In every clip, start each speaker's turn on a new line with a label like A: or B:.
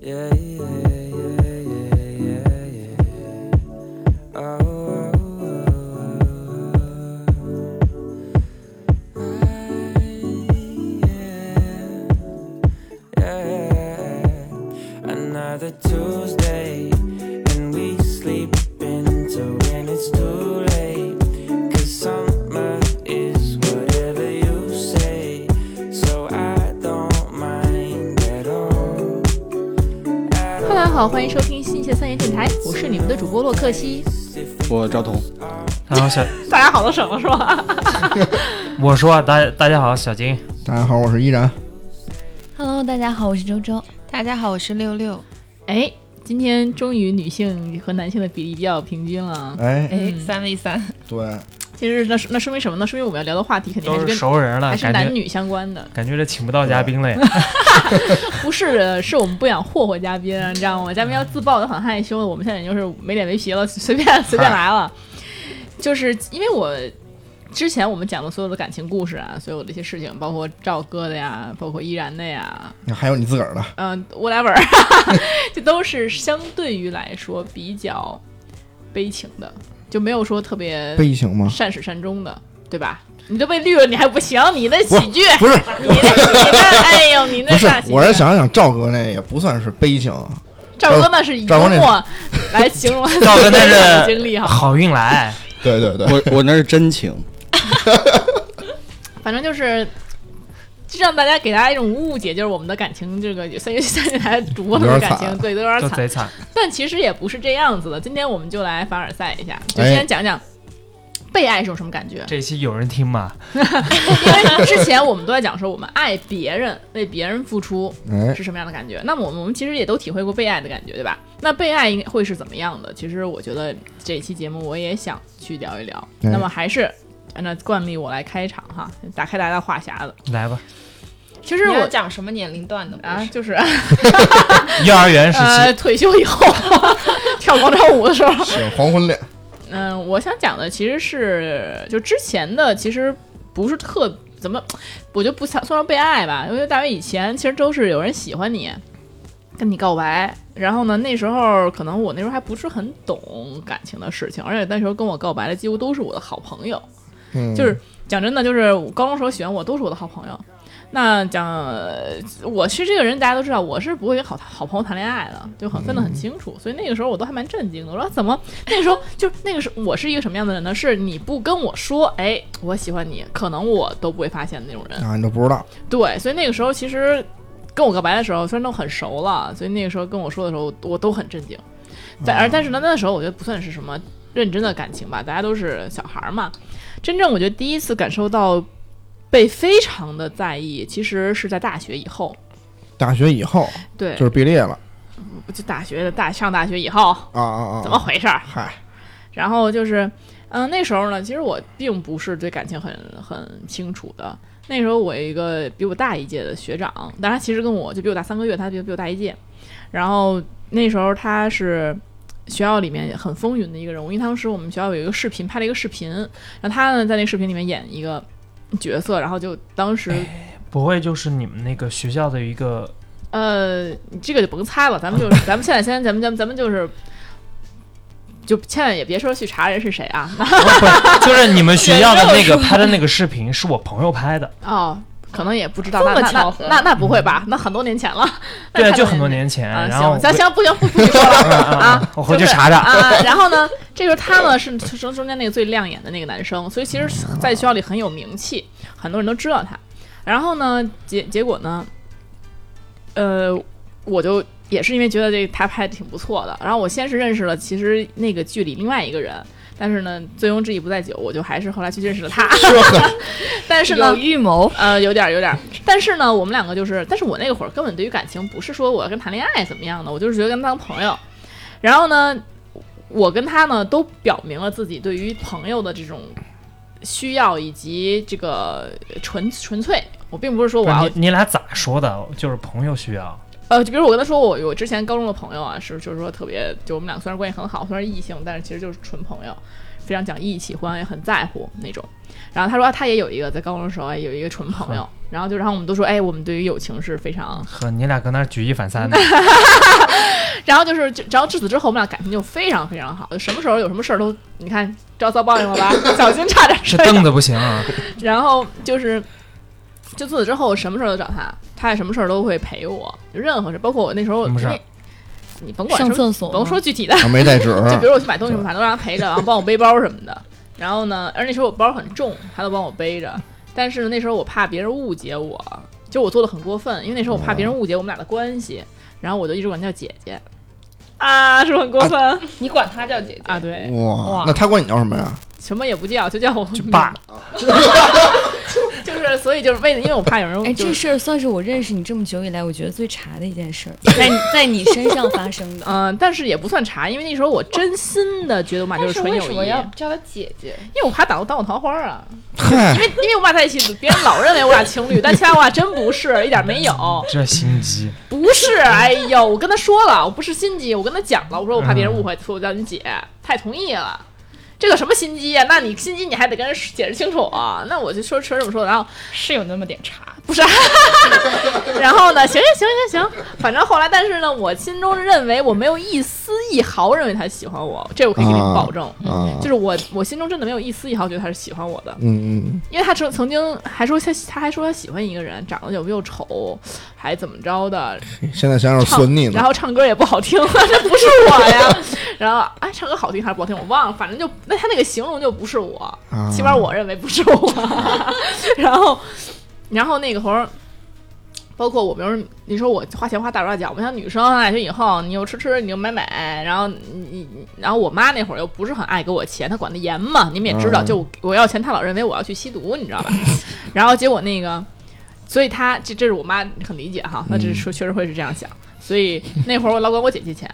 A: Yeah, yeah, yeah, yeah, yeah, yeah. Oh, oh, oh, oh. I, yeah, yeah. Another Tuesday, and we sleep until when it's too late. Cause summer is whatever you say, so I don't mind at all. At all.
B: 哈喽，大家好，欢迎收听新一期的三言电台，我是你们的主播洛克西。
C: 我赵彤，
D: 然后小
B: 大家好到什么是吧
D: 我说大大家好，小金，
C: 大家好，我是依然。
E: Hello，大家好，我是周周。
F: 大家好，我是六六。
B: 哎，今天终于女性和男性的比例比较平均了。
C: 哎，
F: 哎，三 v 三，
C: 对，
B: 其实那那说明什么呢？说明我们要聊的话题肯定还
D: 都
B: 是啊跟
D: 是熟人了
B: 还，是
D: 感
B: 男啊
D: 觉
B: 女相关的，
D: 感觉这请不到嘉宾了呀。
B: 不是是我们不想霍霍嘉宾，啊你知道吗？嘉宾要自爆的很害羞的，我们现在就是没脸没皮了， 随便随便来了。就是因为我之前我们讲的所有的感情故事啊，所有的一些事情，包括赵哥的呀，包括依然的呀，
C: 还有你自个儿的，
B: 嗯，whatever，这都是相对于来说比较悲情的，就没有说特别
C: 悲嗯情吗？
B: 善始善终的，对吧？你都被绿了，你还不行？你那喜剧，
C: 不是，
B: 你那你那，哎呦，你
C: 不
B: 那
C: 是
B: 大喜，剧
C: 我是想想赵哥那也不算是悲情，啊
B: 赵哥那是以幽
C: 赵哥那
B: 默来形容
D: 赵哥
B: 自己的
D: 那
B: 经历
D: 是
B: 哈。
D: 好运来，
C: 对对对，
G: 我我那是真情，
B: 反正就是。就让大家给大家一种误解，就是我们的感情，这个三月三月台主播们的
C: 有点
B: 感
C: 惨
B: 情，对，都有点
D: 就
B: 惨，
D: 贼惨。
B: 但其实也不是这样子的。今天我们就来凡尔赛一下，就
C: 哎
B: 先讲讲被爱是种什么感觉。
D: 这一期有人听吗？
B: 因为之前我们都在讲说，我们爱别人，为别人付出
C: 哎
B: 是，什么样的感觉。那么我们我们其实也都体会过被爱的感觉，对吧？那被爱应该会是怎么样的？其实我觉得这一期节目我也想去聊一聊。
C: 哎
B: 那么还是按照惯例我来开场哈，打开大家的话匣子。
D: 来吧，
B: 其
F: 这
B: 实
F: 是我
B: 我
F: 讲什么年龄段的故
B: 啊，
F: 事？
B: 就是
D: 幼儿园时
B: 呃
D: 期，
B: 退休以后 跳广场舞的时候，
C: 是黄昏恋，
B: 嗯，我想讲的其实是就之前的，其实不是特怎么，我就不想算是被爱吧，因为大约以前其实都是有人喜欢你，跟你告白，然后呢，那时候可能我那时候还不是很懂感情的事情，而且那时候跟我告白的几乎都是我的好朋友，
C: 嗯，
B: 就是讲真的，就是我高中时候喜欢我都是我的好朋友。那讲呃我是这个人，大家都知道，我是不会跟好好朋友谈恋爱的，就很分得很清楚。所以那个时候我都还蛮震惊的，我说怎么那个时候就是那个时候我是一个什么样的人呢？是你不跟我说，哎，我喜欢你，可能我都不会发现的那种人。
C: 啊，你都不知道，
B: 对，所以那个时候其实跟我告白的时候，虽然都很熟了，所以那个时候跟我说的时候，我都很震惊。
C: 嗯
B: 但而但是呢，那时候我觉得不算是什么认真的感情吧，大家都是小孩儿嘛。真正我觉得第一次感受到被非常的在意，其实是在大学以后。
C: 大学以后
B: 对，
C: 就是毕业了
B: 就大学的大上大学以后
C: 啊啊啊！
B: 怎么？回事儿？
C: 嗨，
B: 然后就是，嗯、那时候呢，其实我并不是对感情很很清楚的。那时候我有一个比我大一届的学长，但他其实跟我就比我大三个月，他就比我大一届。然后那时候他是学校里面很风云的一个人物，因为当时我们学校有一个视频，拍了一个视频，然后他呢在那个视频里面演一个角色，然后就当时
C: 哎
D: 不会就是你们那个学校的一个
B: 呃，你这个就甭猜了，咱们就是，咱们现在先，咱们咱们咱们就是，就千万也别说去查人是谁啊，
D: 不是，就是你们学校的那个拍的那个视频是我朋友拍的，
B: 哦，可能也不知道，
F: 这
B: 那
F: 么
B: 那
F: 巧
B: 那
F: 合嗯
B: 那那不会吧？那很多年前了，那
D: 对，啊
B: 看
D: 就
B: 到
D: 很多年前。
B: 啊，
D: 然后
B: 行，
D: 嗯
B: 咱行，不行，不不许说了啊，
D: 我回
B: 就
D: 去
B: 是
D: 查查。
B: 啊。然后呢，这就是他呢是中中间那个最亮眼的那个男生，所以其实在学校里很有名气，很多人都知道他。然后呢，结结果呢，呃，我就也是因为觉得这他拍的挺不错的，然后我先是认识了其实那个剧里另外一个人。但是呢，醉翁之意不在酒，我就还是后来去认识了他。 但是呢，
F: 有预谋，
B: 呃，有点儿，有点儿。但是呢，我们两个就是，但是我那会儿根本对于感情不是说我要跟谈恋爱怎么样的，我就是觉得跟他当朋友。然后呢，我跟他呢都表明了自己对于朋友的这种需要以及这个纯纯粹。我并不是说我啊
D: 不是
B: 要
D: 你你俩咋说的？就是朋友需要，
B: 呃，就比如我跟他说我我之前高中的朋友啊，是就是说特别，就我们俩虽然关系很好，虽然异性，但是其实就是纯朋友。非常讲义气，互相也很在乎那种。然后他说、啊他也有一个在高中的时候哎有一个纯朋友，然后就然后我们都说哎我们对于友情是非常，
D: 呵，你俩搁那儿举一反 三的，
B: 然后就是就然后至此之后我们俩感情就非常非常好，什么时候有什么事儿都你看招遭报应 了吧，小心差点
D: 这
B: 摔
D: 凳子不 行啊，
B: 然后就是，就自此之后，我什么事儿都找他，他也什么事儿都会陪我，就任何事，包括我那时候
D: 什么事儿
B: 那，你甭管
E: 上
B: 什么，
E: 厕所吗
B: 甭说具体的，
C: 我没带纸，
B: 就比如我去买东西什么，反正都让他陪着，然后帮我背包什么的。然后呢，而那时候我包很重，他都帮我背着。但是那时候我怕别人误解我，就我做的很过分，因为那时候我怕别人误解我们俩的关系，然后我就一直管她叫姐姐，啊，是不是很过分啊
F: 你管他叫姐姐，
B: 对，
C: 哦哇，那他管你叫什么呀？
B: 什么也不叫，就叫我
D: 就爸，
B: 就是所以就是为了，因为我怕有人
E: 哎，
B: 就
E: 这
B: 是
E: 事儿算是我认识你这么久以来，我觉得最茶的一 件事儿，在你在你身上发生的。
B: 嗯，但是也不算查，因为那时候我真心的觉得我们俩就
F: 但
B: 是纯
F: 为
B: 友
F: 什
B: 谊，
F: 么要叫她姐姐？
B: 因为我怕打我当我桃花啊，
C: 嗨
B: 因，为因为我们俩在一起，别人老认为我俩情侣，但其实我俩真不是，一点没有，
D: 这心机，
B: 不是，哎呦，我跟他说了，我不是心机，我跟他讲了，我说我怕别人误会，说我叫你姐，他也同意了。这有什么心机呀、那你心机你还得跟人解释清楚啊！那我就说说这么说，然后
F: 是有那么点差，
B: 不是，然后呢？行行行行行，反正后来，但是呢，我心中认为我没有一丝一毫认为他喜欢我，这我可以给你保证。
C: 啊
B: 就是我，我心中真的没有一丝一毫觉得他是喜欢我的，
C: 嗯嗯，
B: 因为他曾曾经还说他，他还说他喜欢一个人，长得又又丑，还怎么着的，
C: 嗯现在想想
B: 唱
C: 损你呢
B: 然，后唱歌也不好听， 这不是我呀。然后哎，唱歌好听还是不好听，我忘了，反正就那他那个形容就不是我，
C: 啊
B: 起码我认为不是我。 然后，然后那个会儿。包括我，比如说你说我花钱花大手大脚，我像女生啊，就以后你又吃吃，你又买买，然后你你，然后我妈那会儿又不是很爱给我钱，她管得严嘛，你们也知道，
C: 嗯
B: 就我要钱，她老认为我要去吸毒，你知道吧？ 然后结果那个，所以她这这是我妈很理解哈，她这是
C: 嗯
B: 说确实会是这样想，所以那会儿我老管我姐借钱，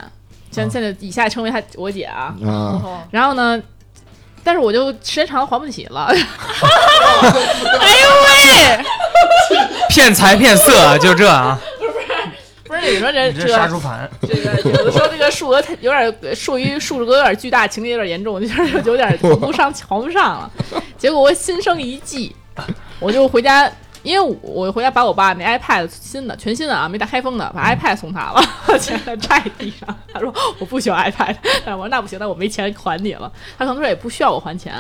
B: 现
C: 哦
B: 现在以下称为她我姐啊，
C: 啊，
F: 哦，
B: 然后呢，但是我就时间长了还不起 了， 哎
D: 骗财骗色啊，就这啊，
B: 不是你说这
D: 你这杀
B: 这
D: 猪盘，
B: 这个有的时候这个数额太有点数于数额有点巨大，情节有点严重，就是 有点还不上还不上了。结果我心生一计，我就回家，因为我回家把我爸那 iPad 新的全新的啊，没打开封的，把 iPad 送他了，现在在地上。他说我不需要 iPad，但 我说那不行，那我没钱还你了。他可能说也不需要我还钱。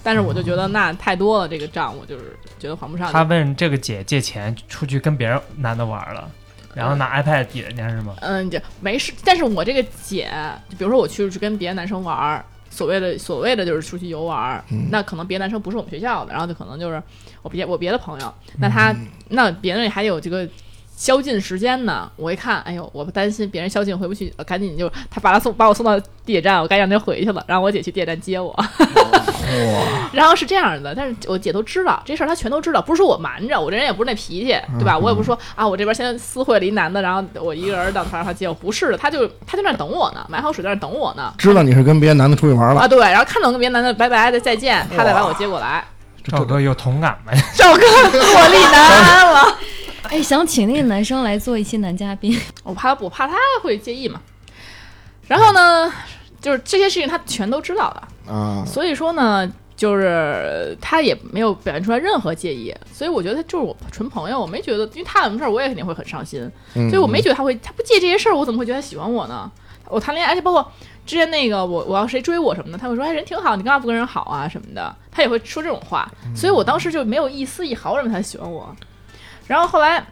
B: 但是我就觉得那太多了，这个账我就是觉得还不上。
D: 他问这个姐借钱出去跟别人男的玩了，然后拿 iPad 抵人家是吗？
B: 嗯，就没事。但是我这个姐，就比如说我去去跟别的男生玩儿，所谓的所谓的就是出去游玩儿，那可能别的男生不是我们学校的，然后就可能就是我别我别的朋友，那他、那别人还有这个。宵禁时间呢？我一看，哎呦，我不担心别人宵禁回不去，呃赶紧就他把他送把我送到地铁站，我赶紧让他回去了，然后我姐去地铁站接我。然后是这样的，但是我姐都知道这事儿，她全都知道，不是说我瞒着，我这人也不是那脾气，对吧？我也不是说啊，我这边先私会了一男的，然后我一个人到他让他接我，不是的，他就他就在那儿等我呢，买好水在那儿等我呢。
C: 知道你是跟别的男的出去玩了
B: 啊，，对，然后看到跟别的男的拜拜再再见，他再把我接过来，
D: 赵哥有同感没？
B: 赵哥坐立难安了，
E: 哎，想请那个男生来做一期男嘉宾，
B: 我怕我怕他会介意嘛。然后呢，就是这些事情他全都知道了，
C: 啊，
B: 所以说呢，就是呃他也没有表现出来任何介意，所以我觉得就是我纯朋友，我没觉得，因为他有什么事儿我也肯定会很伤心，
C: 所
B: 所以我没觉得他会，他不介这些事儿，我怎么会觉得他喜欢我呢？我谈恋爱，而且包括之前那个我我要谁追我什么的，他会说哎人挺好，你干嘛不跟人好啊什么的，他也会说这种话，
C: 嗯
B: 所以我当时就没有一丝一毫认为他喜欢我。然后后来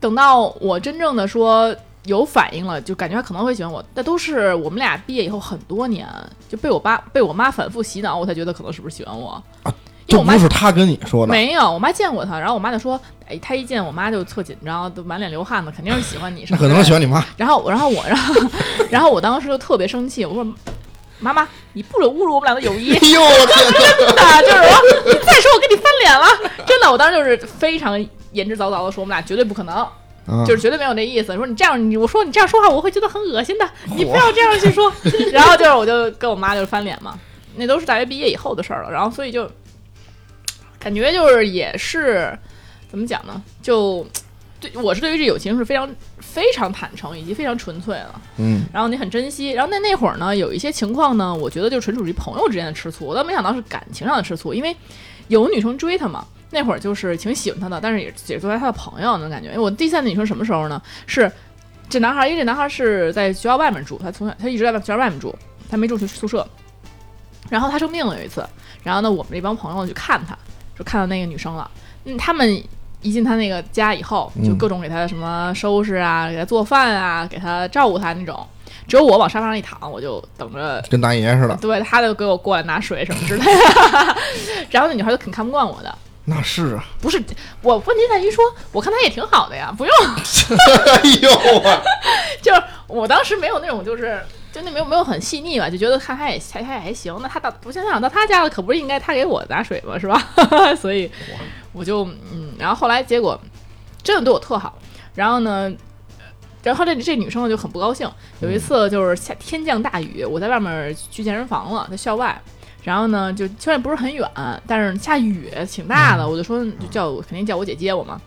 B: 等到我真正的说有反应了，就感觉他可能会喜欢我，那都是我们俩毕业以后很多年，就被我爸被我妈反复洗脑，我才觉得可能是不是喜欢我。因为
C: 这
B: 我妈
C: 啊嗯不是他跟你说的，
B: 没有，我妈见过他，然后我妈就说，哎，他一见我妈就特紧张，都满脸流汗的，肯定是喜欢你，
C: 那可能
B: 是
C: 喜。欢你妈，
B: 然后，然后我，然 后，然后我当时就特别生气，我说，妈妈，你不准侮辱我们俩的友谊，
C: 哎呦我天哪，
B: 真的，就是我，你再说我跟你翻脸了，真的，我当时就是非常言之凿凿的说，我们俩绝对不可能，
C: 啊
B: 就是绝对没有那意思。说你这样，你我说你这样说话，我会觉得很恶心的，你不要这样去说。 然后就是我就跟我妈就是翻脸嘛，那都是大学毕业以后的事儿了。然后所以就感觉就是也是怎么讲呢，就对我是对于这友情是非常非常坦诚以及非常纯粹的。
C: 嗯，
B: 然后你很珍惜。然后那那会儿呢，有一些情况呢，我觉得就纯属于朋友之间的吃醋，我倒没想到是感情上的吃醋，因为有女生追他嘛。那会儿就是挺喜欢他的，但是也也作为他的朋友那种感觉。哎因为我第三个女生什么时候呢？是这男孩，因为这男孩是在学校外面住，他从小他一直在学校外面住，他没住学宿舍。然后他生病了有一次，然后呢，我们这帮朋友去看他，就看到那个女生了。嗯，他们一进他那个家以后，就
C: 嗯
B: 各种给他什么收拾啊，给他做饭啊，给他照顾他那种。只有我往沙发上一躺，我就等着，
C: 跟大爷似的，
B: 对，他就给我过来拿水什么之类的。 然后那女孩就挺看不惯我的，
C: 那是啊，
B: 不是我问题在于说，我看他也挺好的呀，不用，
C: 哎呦啊，
B: 就是我当时没有那种就是。就那没有没有很细腻吧，就觉得看他也还还还行。那他到不想想到他家了，可不是应该他给我拿水吗？是吧？ 所以我就嗯，然后后来结果真的对我特好。然后呢，然后这这女生就很不高兴。有一次就是下天降大雨，我在外面去健身房了，在校外。然后呢，就虽然不是很远，但是下雨挺大的，我就说嗯就叫我肯定叫我姐接我嘛。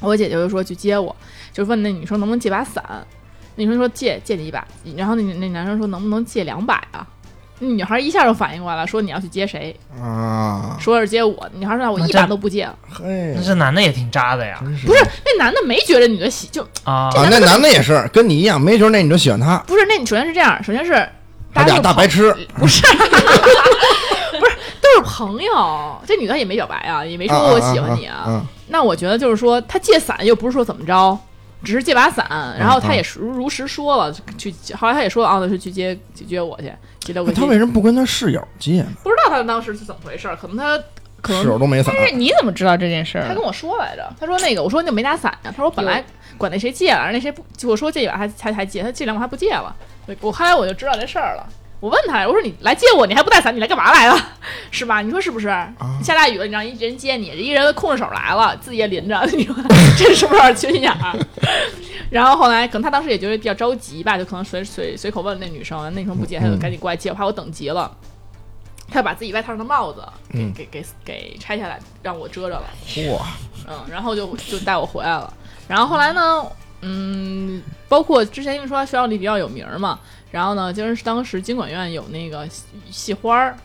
B: 我姐姐就说去接我，就问那女生能不能借把伞。那女生说借借你一把，然后那那男生说能不能借两百啊？那女孩一下就反应过来了，说你要去接谁？
C: 啊，
B: 说是接我。女孩说那我
D: 那
B: 一把
D: 这
B: 都不借了。
C: 嘿
D: 那，这男的也挺渣的呀
C: 真是
B: 不是那男的没觉得女嗯的喜，就
D: 啊！
C: 啊，那男的也是跟你一样，没准那你就喜欢他，
B: 不是那首先是这样，首先是大
C: 他
B: 家
C: 俩
B: 都
C: 大
B: 朋
C: 白痴，
B: 不是，不是，都是朋友。这女的也没表白啊，也没说我喜欢你
C: 啊啊啊啊
B: 那我觉得就是说，她借伞又不是说怎么着，只是借把伞，
C: 嗯
B: 然后她也如如实说了，去后来她也说啊，那是去接去接我去，接到我
C: 那
B: 去。
C: 他为什么不跟他室友借呢？
B: 不知道她当时是怎么回事儿？可能她可
C: 室
B: 能
C: 友都没伞，
F: 但是你怎么知道这件事 儿
B: 她跟我说来着，她说那个我说你没拿伞呀、她说我本来管那谁借了，那谁不我说这一把还还还借，她这两把还不借了。对我后来我就知道这事儿了。我问她，我说你来借我，你还不带伞，你来干嘛来了？ 是吧？你说是不是？
C: 啊
B: 下大雨了，你让一人接你，一人空着手来了，自己也淋着， 你说这是不是有点缺心眼儿？啊 然后后来可能她当时也觉得比较着急吧，就可能随随随口问那女生，那女生不接，她就
C: 嗯
B: 赶紧过来接我，怕我等急了。她把自己外套上的帽子给、
C: 嗯
B: 给给给拆下来，让我遮着了。
C: 嚯，
B: 嗯，然后就就带我回来了。然后后来呢，嗯，包括之前因为说他学校里比较有名儿嘛，然后呢，就是当时经管院有那个系系花儿，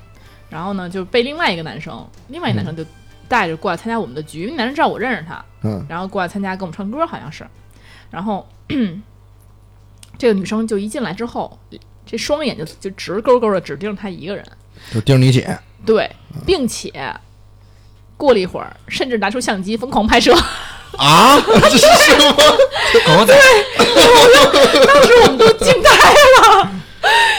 B: 然后呢就被另外一个男生，另外一个男生就带着过来参加我们的局，因为男生知道我认识他，
C: 嗯，
B: 然后过来参加跟我们唱歌好像是，然后 这个女生就一进来之后，这双眼就就直勾勾的只盯着他一个人。
C: 就盯着你姐，
B: 对，并且过了一会儿，甚至拿出相机疯狂拍摄。
C: 啊， 这是什么？
D: 狗仔
B: 当时我们都惊呆了。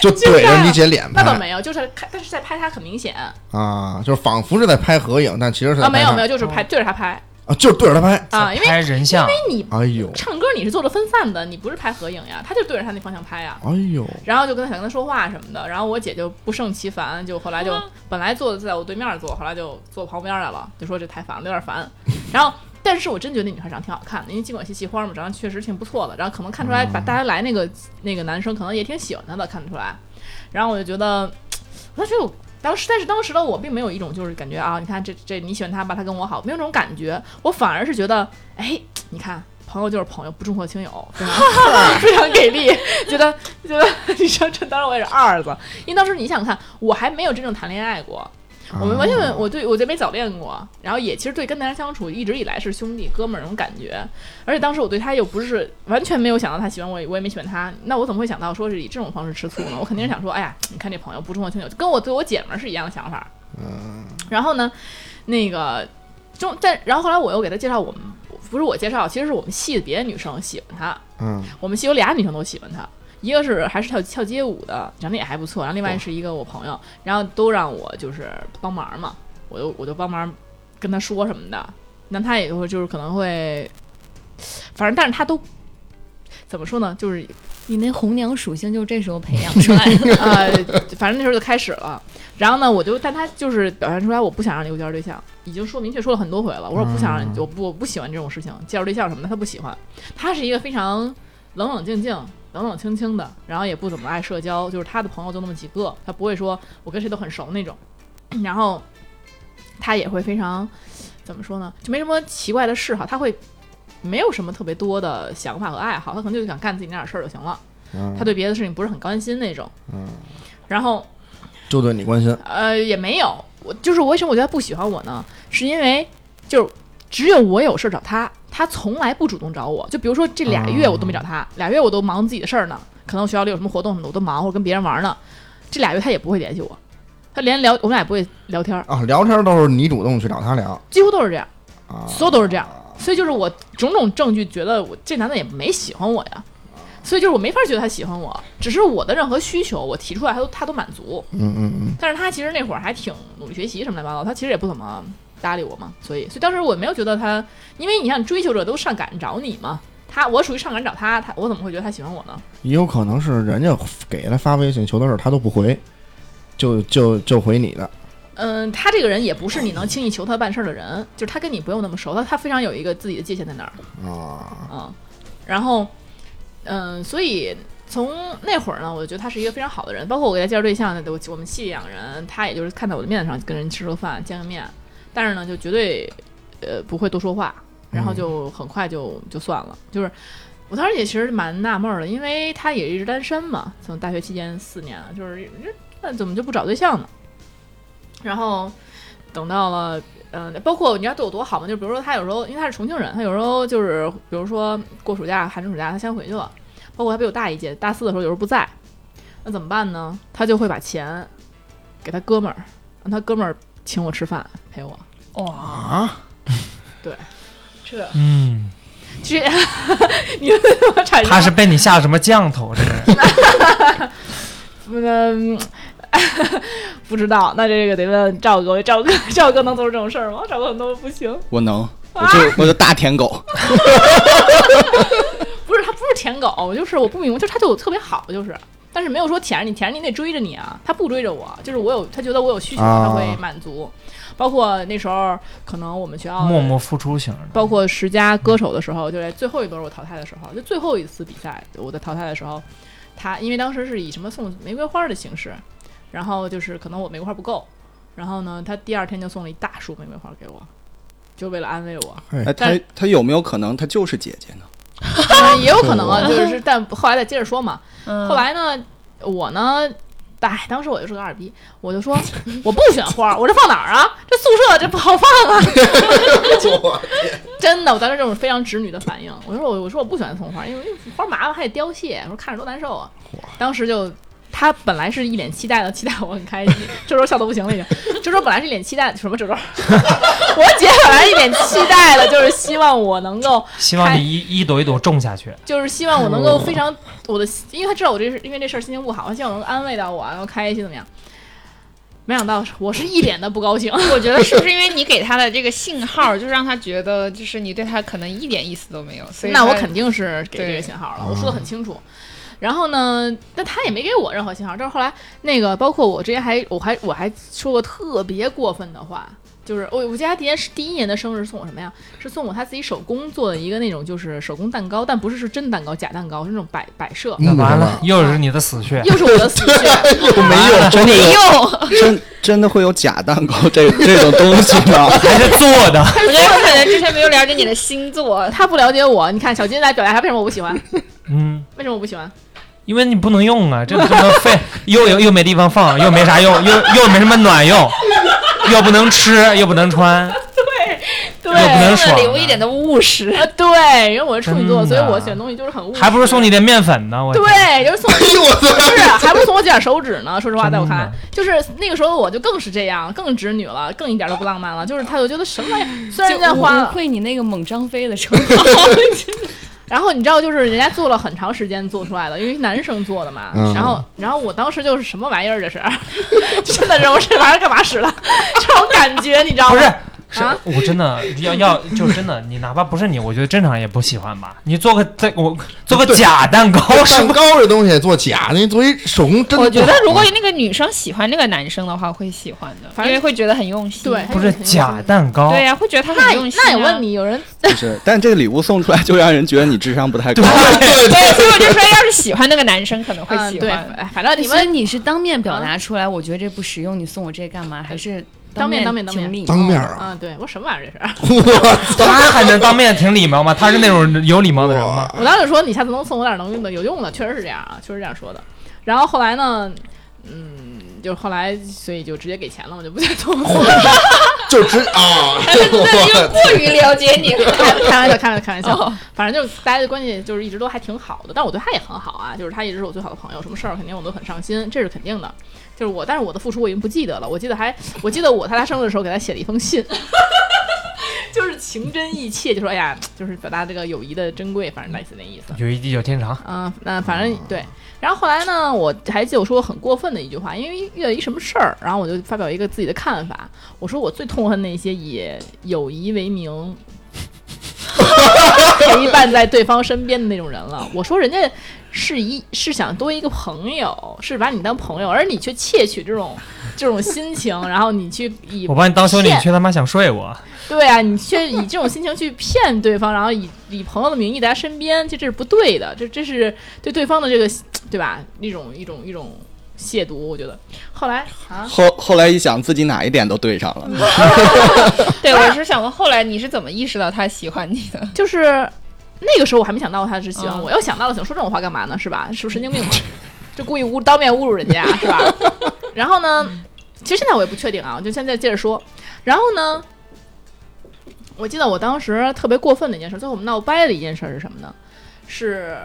C: 就怼着你姐脸
B: 那倒
C: 拍
B: 没有，就是看，但是在拍他很明显啊，
C: 啊，就是仿佛是在拍合影，但其实是在
B: 没有没有，
C: 有
B: 就是拍对着他哦拍
C: 啊，就是对着 他拍。
B: 啊，因为
D: 拍人像，
B: 你
C: 哎呦，
B: 唱歌你是做着分散的，你不是拍合影呀，他就对着他那方向拍呀。
C: 哎呦，
B: 然后就跟他想跟他说话什么的，然后我姐就不胜其烦，就后来就本来坐的在我对面坐，后来就坐我旁边来了，就说这太烦了，有点烦。然后，但是我真觉得那女孩长得挺好看的，因为尽管系系花嘛，长得确实挺不错的。然后可能看出来，把大家来那个那个男生可能也挺喜欢她的，看得出来。然后我就觉得，我当时我当时，但是当时的我并没有一种就是感觉啊，你看这这你喜欢他吧，他跟我好，没有这种感觉，我反而是觉得，哎，你看。朋友就是朋友，不重色轻友，非常 非常给力。觉得觉得 你说这，当然我也是二子，因为当时你想看，我还没有真正谈恋爱过，我们完全没我对我对没早恋过，然后也其实对跟男人相处一直以来是兄弟哥们儿那种感觉，而且当时我对他又不是完全没有想到他喜欢我，我也没喜欢他，那我怎么会想到说是以这种方式吃醋呢？我肯定是想说，哎呀，你看这朋友不重色轻友，就跟我对我姐们儿是一样的想法。然后呢，那个中但然后后来我又给他介绍我们，不是我介绍，其实是我们系的别的女生喜欢他，
C: 嗯，
B: 我们系有俩女生都喜欢他，一个是还是跳跳街舞的，长得也还不错，然后另外是一个我朋友，然后都让我就是帮忙嘛，我就我就帮忙跟他说什么的，那他也会就是可能会，反正但是他都怎么说呢，就是
E: 你那红娘属性就这时候培养 出来的。
B: 呃，反正那时候就开始了。然后呢，我就但他就是表现出来我不想让你有介绍对象，已经说明确说了很多回了。我说我不想让你，我不我不喜欢这种事情，介绍对象什么的他不喜欢。他是一个非常冷冷静静、冷冷清清的，然后也不怎么爱社交，就是他的朋友就那么几个，他不会说我跟谁都很熟那种。然后他也会非常怎么说呢，就没什么奇怪的嗜好，他会。没有什么特别多的想法和爱好，他可能就想干自己那点事儿就行了，
C: 嗯
B: 他对别的事情不是很关心那种。
C: 嗯，
B: 然后
C: 就对你关心，
B: 呃，也没有，我就是我为什么我觉得他不喜欢我呢？是因为就是只有我有事儿找他，他从来不主动找我。就比如说这俩月我都没找他，俩月我都忙自己的事儿呢，可能我学校里有什么活动什么的我都忙，或者跟别人玩呢。这俩月他也不会联系我，他连聊我们俩也不会聊天儿，
C: 啊，聊天都是你主动去找他聊
B: 几乎都是这样，
C: 啊，
B: 所有都是这样。所以就是我种种证据觉得我这男的也没喜欢我呀。所以就是我没法觉得他喜欢我，只是我的任何需求我提出来，他都他都满足。
C: 嗯嗯嗯，
B: 但是他其实那会儿还挺努力学习什么乱七八糟，他其实也不怎么搭理我嘛，所以所以当时我没有觉得他，因为你看追求者都上赶找你嘛，他我属于上赶找他，他我怎么会觉得他喜欢我呢？
C: 也有可能是人家给他发微信求的事儿他都不回，就就就回你的，
B: 嗯，他这个人也不是你能轻易求他办事儿的人，就是他跟你不用那么熟，他他非常有一个自己的界限在那儿，
C: 啊，
B: 嗯，然后嗯，所以。从那会儿呢，我就觉得他是一个非常好的人，包括我给他介绍对象，我我们系里两人，他也就是看在我的面子上跟人吃个饭、见个面，但是呢，就绝对呃不会多说话，然后就很快就就算了。就是我当时也其实蛮纳闷儿的，因为他也一直单身嘛，从大学期间四年了，就是这那怎么就不找对象呢？然后等到了。嗯，包括你知道对我多好吗？就比如说他有时候，因为他是重庆人，他有时候就是，比如说过暑假、寒暑假，他先回去了。包括他比我大一届，大四的时候有时候不在，那怎么办呢？他就会把钱给他哥们儿，让他哥们儿请我吃饭，陪我。
F: 哇，这
D: 嗯，
B: 这 你们怎么产生
D: 他是被你下什么降头？这 个人
B: 嗯， 不知道，那这个得问赵哥，赵哥赵哥能做出这种事儿吗？赵哥很多不行，
G: 我能，我就我就大舔狗，
B: 不是他不是舔狗，就是我不明白，就是他对我特别好，就是。但是没有说舔着你，舔着你得追着你啊！他不追着我，就是我有他觉得我有需求，他会
C: 啊
B: 满足。包括那时候可能我们学校
D: 默默付出型的，
B: 包括十佳歌手的时候，就在最后一轮我淘汰的时候，就最后一次比赛我在淘汰的时候，他因为当时是以什么送玫瑰花的形式，然后就是可能我玫瑰花不够，然后呢，他第二天就送了一大束玫瑰花给我，就为了安慰我。
G: 哎，他他有没有可能他就是姐姐呢？
B: 嗯也有可能啊，就是但后来再接着说嘛。
E: 嗯
B: 后来呢，我呢。哎，当时我就是个二逼，我就说我不选花儿，我这放哪儿啊？这宿舍这不好放啊！真的，我当时这种非常直女的反应，我说我我说我不喜欢送花，因为花麻烦还得凋谢，我说看着多难受啊。当时就他本来是一脸期待的，期待我很开心，周周笑的不行了已经。周周本来是一脸期待什么周周， 我姐本来一脸期待的，就是希望我能够
D: 希望你一一朵一朵种下去。
B: 就是希望我能够非常
F: 哦
B: 我的，因为他知道我这是因为这事儿心情不好，他希望我能安慰到我，然后开心怎么样？没想到是我是一脸的不 高兴，
F: 我觉得是不是因为你给他的这个信号，就让他觉得就是你对他可能一点意思都没有，所以
B: 那我
F: 他
B: 肯定是给这
F: 对
B: 个信号了，我说的很清楚。然后呢，但他也没给我任何信号。但是后来那个，包括我之前还我还我还说过特别过分的话，就是我我记得他第一年是第一年的生日送我什么呀？是送我他自己手工做的一个那种就是手工蛋糕，但不是是真蛋糕，假蛋糕是那种摆摆设，
C: 嗯
D: 那完了，又是你的死穴。
B: 又是我的死穴。
C: 又没
D: 啊
C: 有真的
G: 真真的会有假蛋糕这这种东西吗？
D: 还是做的，
E: 我觉得我可能之前没有了解你的星 座，
B: 他不了解我，你看小金来表达他为什么我不喜欢，
D: 嗯，
B: 为什么我不喜欢？
D: 因为你不能用啊，这这么费， 又又又没地 方放，又没啥用，又又没什么暖用，又不能吃，又不能穿，
B: 对
D: 又不能
E: 送的
D: 爽啊
E: 礼物一点都不务实。
B: 啊，对，因为我是处女座，
D: 真
B: 所
D: 的
B: 以我选东西就是很务实，
D: 还不如送你点面粉呢。我
B: 对，就是送。
C: 哎呦我操！
B: 不是，还不如送我几点手指 呢。说实话，
D: 真的
B: 在我看来，就是那个时候我就更是这样，更直女了，更一点都不浪漫了。就是他，我觉得什么玩意儿， 虽然人家
E: 就
B: 花
E: 我
B: 了
E: 不，会你那个猛张飞的称号，
B: 然后你知道，就是人家做了很长时间做出来的，因为男生做的嘛。
C: 嗯
B: 然后，然后我当时就是什么玩意儿，这 是，真的是我这玩意儿干嘛使了？这种感觉你知道吗？
D: 不是，是
B: 啊
D: 我 真的要要，就是真的，你哪怕不是你，我觉得正常人也不喜欢吧。你做个这我做个假蛋糕是
C: 蛋
D: 不？
C: 糕这东西做假的，你作为手工真的不好，
F: 我觉得如果那个女生喜欢那个男生的话，会喜欢的，
B: 反正
F: 因为会觉得很用心。
B: 对
D: 不是假蛋糕，
F: 对呀、会觉得他
B: 那
F: 很用心、啊。
B: 那也问，你，有人
G: 就是，但这个礼物送出来就让人觉得你智商不太高。
F: 对，所以我就说，要是喜欢那个男生，可能会
B: 嗯
F: 喜
B: 对
F: 欢。，
B: 反正你
E: 所以
B: 们
E: 你是当面表达出来，我觉得这不实用，你送我这干嘛？还是
B: 当面
E: 面
B: 当面当面
E: 挺礼貌
C: 当面啊，
B: 啊，对我什么玩意儿这是？
C: 我
D: 他还能当面挺礼貌吗？他是那种有礼貌的人吗？
B: 我当时说你下次能送我点能用的有用的，确实是这样啊，确实这样说的。然后后来呢，嗯，就后来所以就直接给钱了，我就不再动了。
C: 就直 啊，
F: 过于了解你了。
B: 开开玩笑，开玩笑，开玩笑。反正就是大家的关系就是一直都还挺好的，但我对他也很好啊，就是他一直是我最好的朋友，什么事儿肯定我都很上心，这是肯定的。就是我，但是我的付出我已经不记得了，我记得还我记得我他他生日的时候给他写了一封信。就是情真意切，就说哎呀，就是表达这个友谊的珍贵，反正类似那意思。
D: 有一地久天长，
B: 嗯，那反正对。然后后来呢，我还记得我说过很过分的一句话，因为遇到一什么事儿，然后我就发表一个自己的看法。我说我最痛恨那些以友谊为名 陪伴在对方身边的那种人了。我说人家是一是想多一个朋友，是把你当朋友，而你却窃取这种这种心情，然后你去以
D: 我把你当兄弟，你
B: 骗
D: 却他妈想睡我。
B: 对啊，你却以这种心情去骗对方，然后以以朋友的名义在他身边，这这是不对的，这这是对对方的这个对吧？一种一种一种亵渎，我觉得。后来啊，
G: 后后来一想，自己哪一点都对上了。
F: 对，我是想问，后来你是怎么意识到他喜欢你的？
B: 就是那个时候我还没想到他是喜欢我，
F: 嗯
B: 要想到了，想说这种话干嘛呢？是吧？是不是神经病吗？就故意侮当面侮辱人家是吧？然后呢，其实现在我也不确定啊，就现在接着说。然后呢，我记得我当时特别过分的一件事，最后我们闹掰的一件事是什么呢？是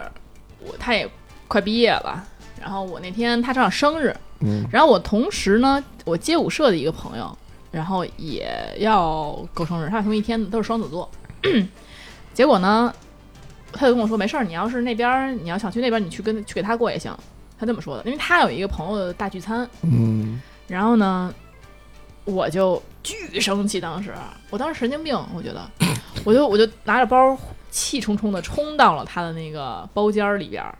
B: 我他也快毕业了，然后我那天他正好生日，
C: 嗯
B: 然后我同时呢，我街舞社的一个朋友，然后也要过生日，他俩同一天的，都是双子座。 结果呢，他就跟我说没事儿，你要是那边儿你要想去那边儿，你去跟去给他过也行。他这么说的，因为他有一个朋友的大聚餐，
C: 嗯，
B: 然后呢，我就巨生气，当时我当时神经病，我觉 得，我就我就拿着包气冲冲的冲到了他的那个包间儿里边儿，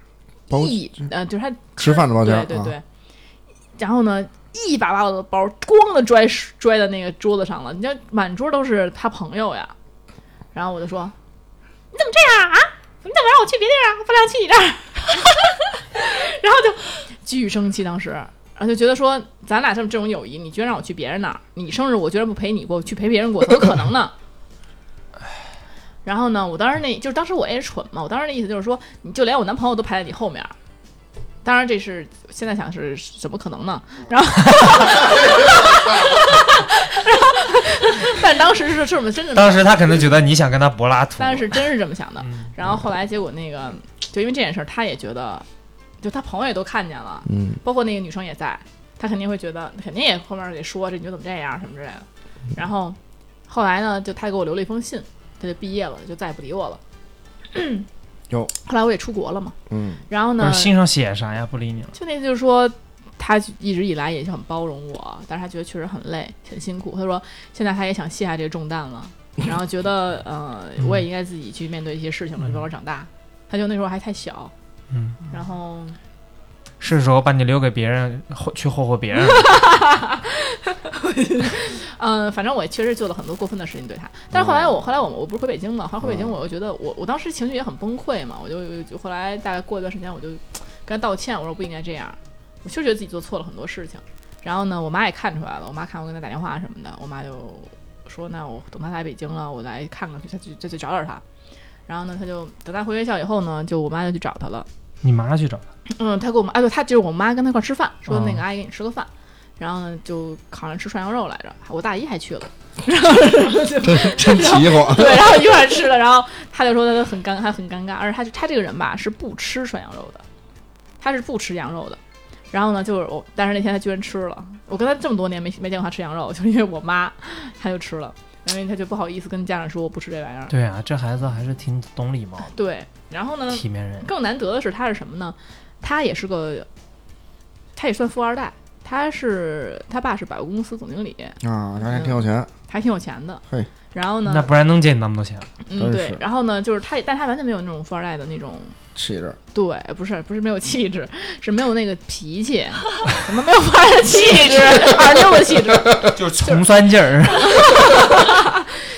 C: 包
B: 一呃就是他
C: 吃饭的包间儿，
B: 对对
C: 啊
B: 对。然后呢，一把把我的包咣的拽拽到那个桌子上了，你知道满桌都是他朋友呀。然后我就说：“你怎么这样啊？你怎么让我去别地儿啊？我非要去你这儿。” 然后就巨生气，当时，然后啊就觉得说，咱俩这么这种友谊，你居然让我去别人那儿，你生日我居然不陪你过，去陪别人过，怎么可能呢？ 然后呢，我当时那就是当时我也蠢嘛，我当时那意思就是说，你就连我男朋友都排在你后面儿，当然这是现在想是怎么可能呢？然后， 然后， 但当时是是我们真的，
D: 当时他可能觉得你想跟他柏拉图，
B: 但是真是这么想的。
D: 嗯
B: 然后后来结果那个，就因为这件事儿，他也觉得，就他朋友也都看见了，
C: 嗯，
B: 包括那个女生也在，他肯定会觉得，肯定也后面得说这你就怎么这样什么之类的。
C: 嗯
B: 然后后来呢，就他给我留了一封信，他就毕业了，就再也不理我了。
C: 哟
B: 后来我也出国了嘛，
C: 嗯，
B: 然后
D: 不
B: 呢
D: 是，信上写啥呀？不理你了。
B: 就那次就是说，他一直以来也是很包容我，但是他觉得确实很累，很辛苦。他说现在他也想卸下这个重担了，然后觉得呃，我也应该自己去面对一些事情了，慢慢长大。他就那时候还太小，
D: 嗯，
B: 然后
D: 是时候把你留给别人，后去霍霍 别人了。
B: 嗯、反正我确实做了很多过分的事情对他。但是后来我后来我我不是回北京嘛，后来回北京我又觉得我我当时情绪也很崩溃嘛，我就就后来大概过一段时间我就跟他道歉，我说不应该这样，我确实觉得自己做错了很多事情。然后呢，我妈也看出来了，我妈看我跟他打电话什么的，我妈就说那我等他来北京了，我来看看去，再去再去找找他。然后呢，他就等他回学校以后呢，就我妈就去找他了。
D: 你妈去找他，
B: 嗯，他跟我妈，啊，对，他就是我妈跟他一块儿吃饭，说那
D: 哦
B: 个阿姨给你吃个饭，然后呢就好像吃涮羊肉来着，我大姨还去了，
C: 真啊齐 活，
B: 对，然后一块儿吃了，然后他就说他就很尴，他很尴尬，而且他他这个人吧是不吃涮羊肉的，他是不吃羊肉的，然后呢就是我，但是那天他居然吃了，我跟他这么多年没没见过他吃羊肉，就因为我妈，他就吃了，因为他就不好意思跟家长说我不吃这玩意儿，
D: 对啊，这孩子还是挺懂礼貌的，
B: 对，然后呢
D: 体面人。
B: 更难得的是，他是什么呢？他也是个，他也算富二代。他是他爸是百货公司总经理，
C: 啊，他还挺有钱，
B: 还挺有钱的
C: 嘿。
B: 然后
D: 那
B: 呢，
D: 不然能借你那么多钱？
B: 嗯，
C: 真
B: 对
C: 是，
B: 然后呢，就是他也，但他完全没有那种富二代的那种，
C: 气质，
B: 对，不是不是没有气质，是没有那个脾气，怎么没有富二代的气质，二六的气质，
D: 就是穷酸 劲儿。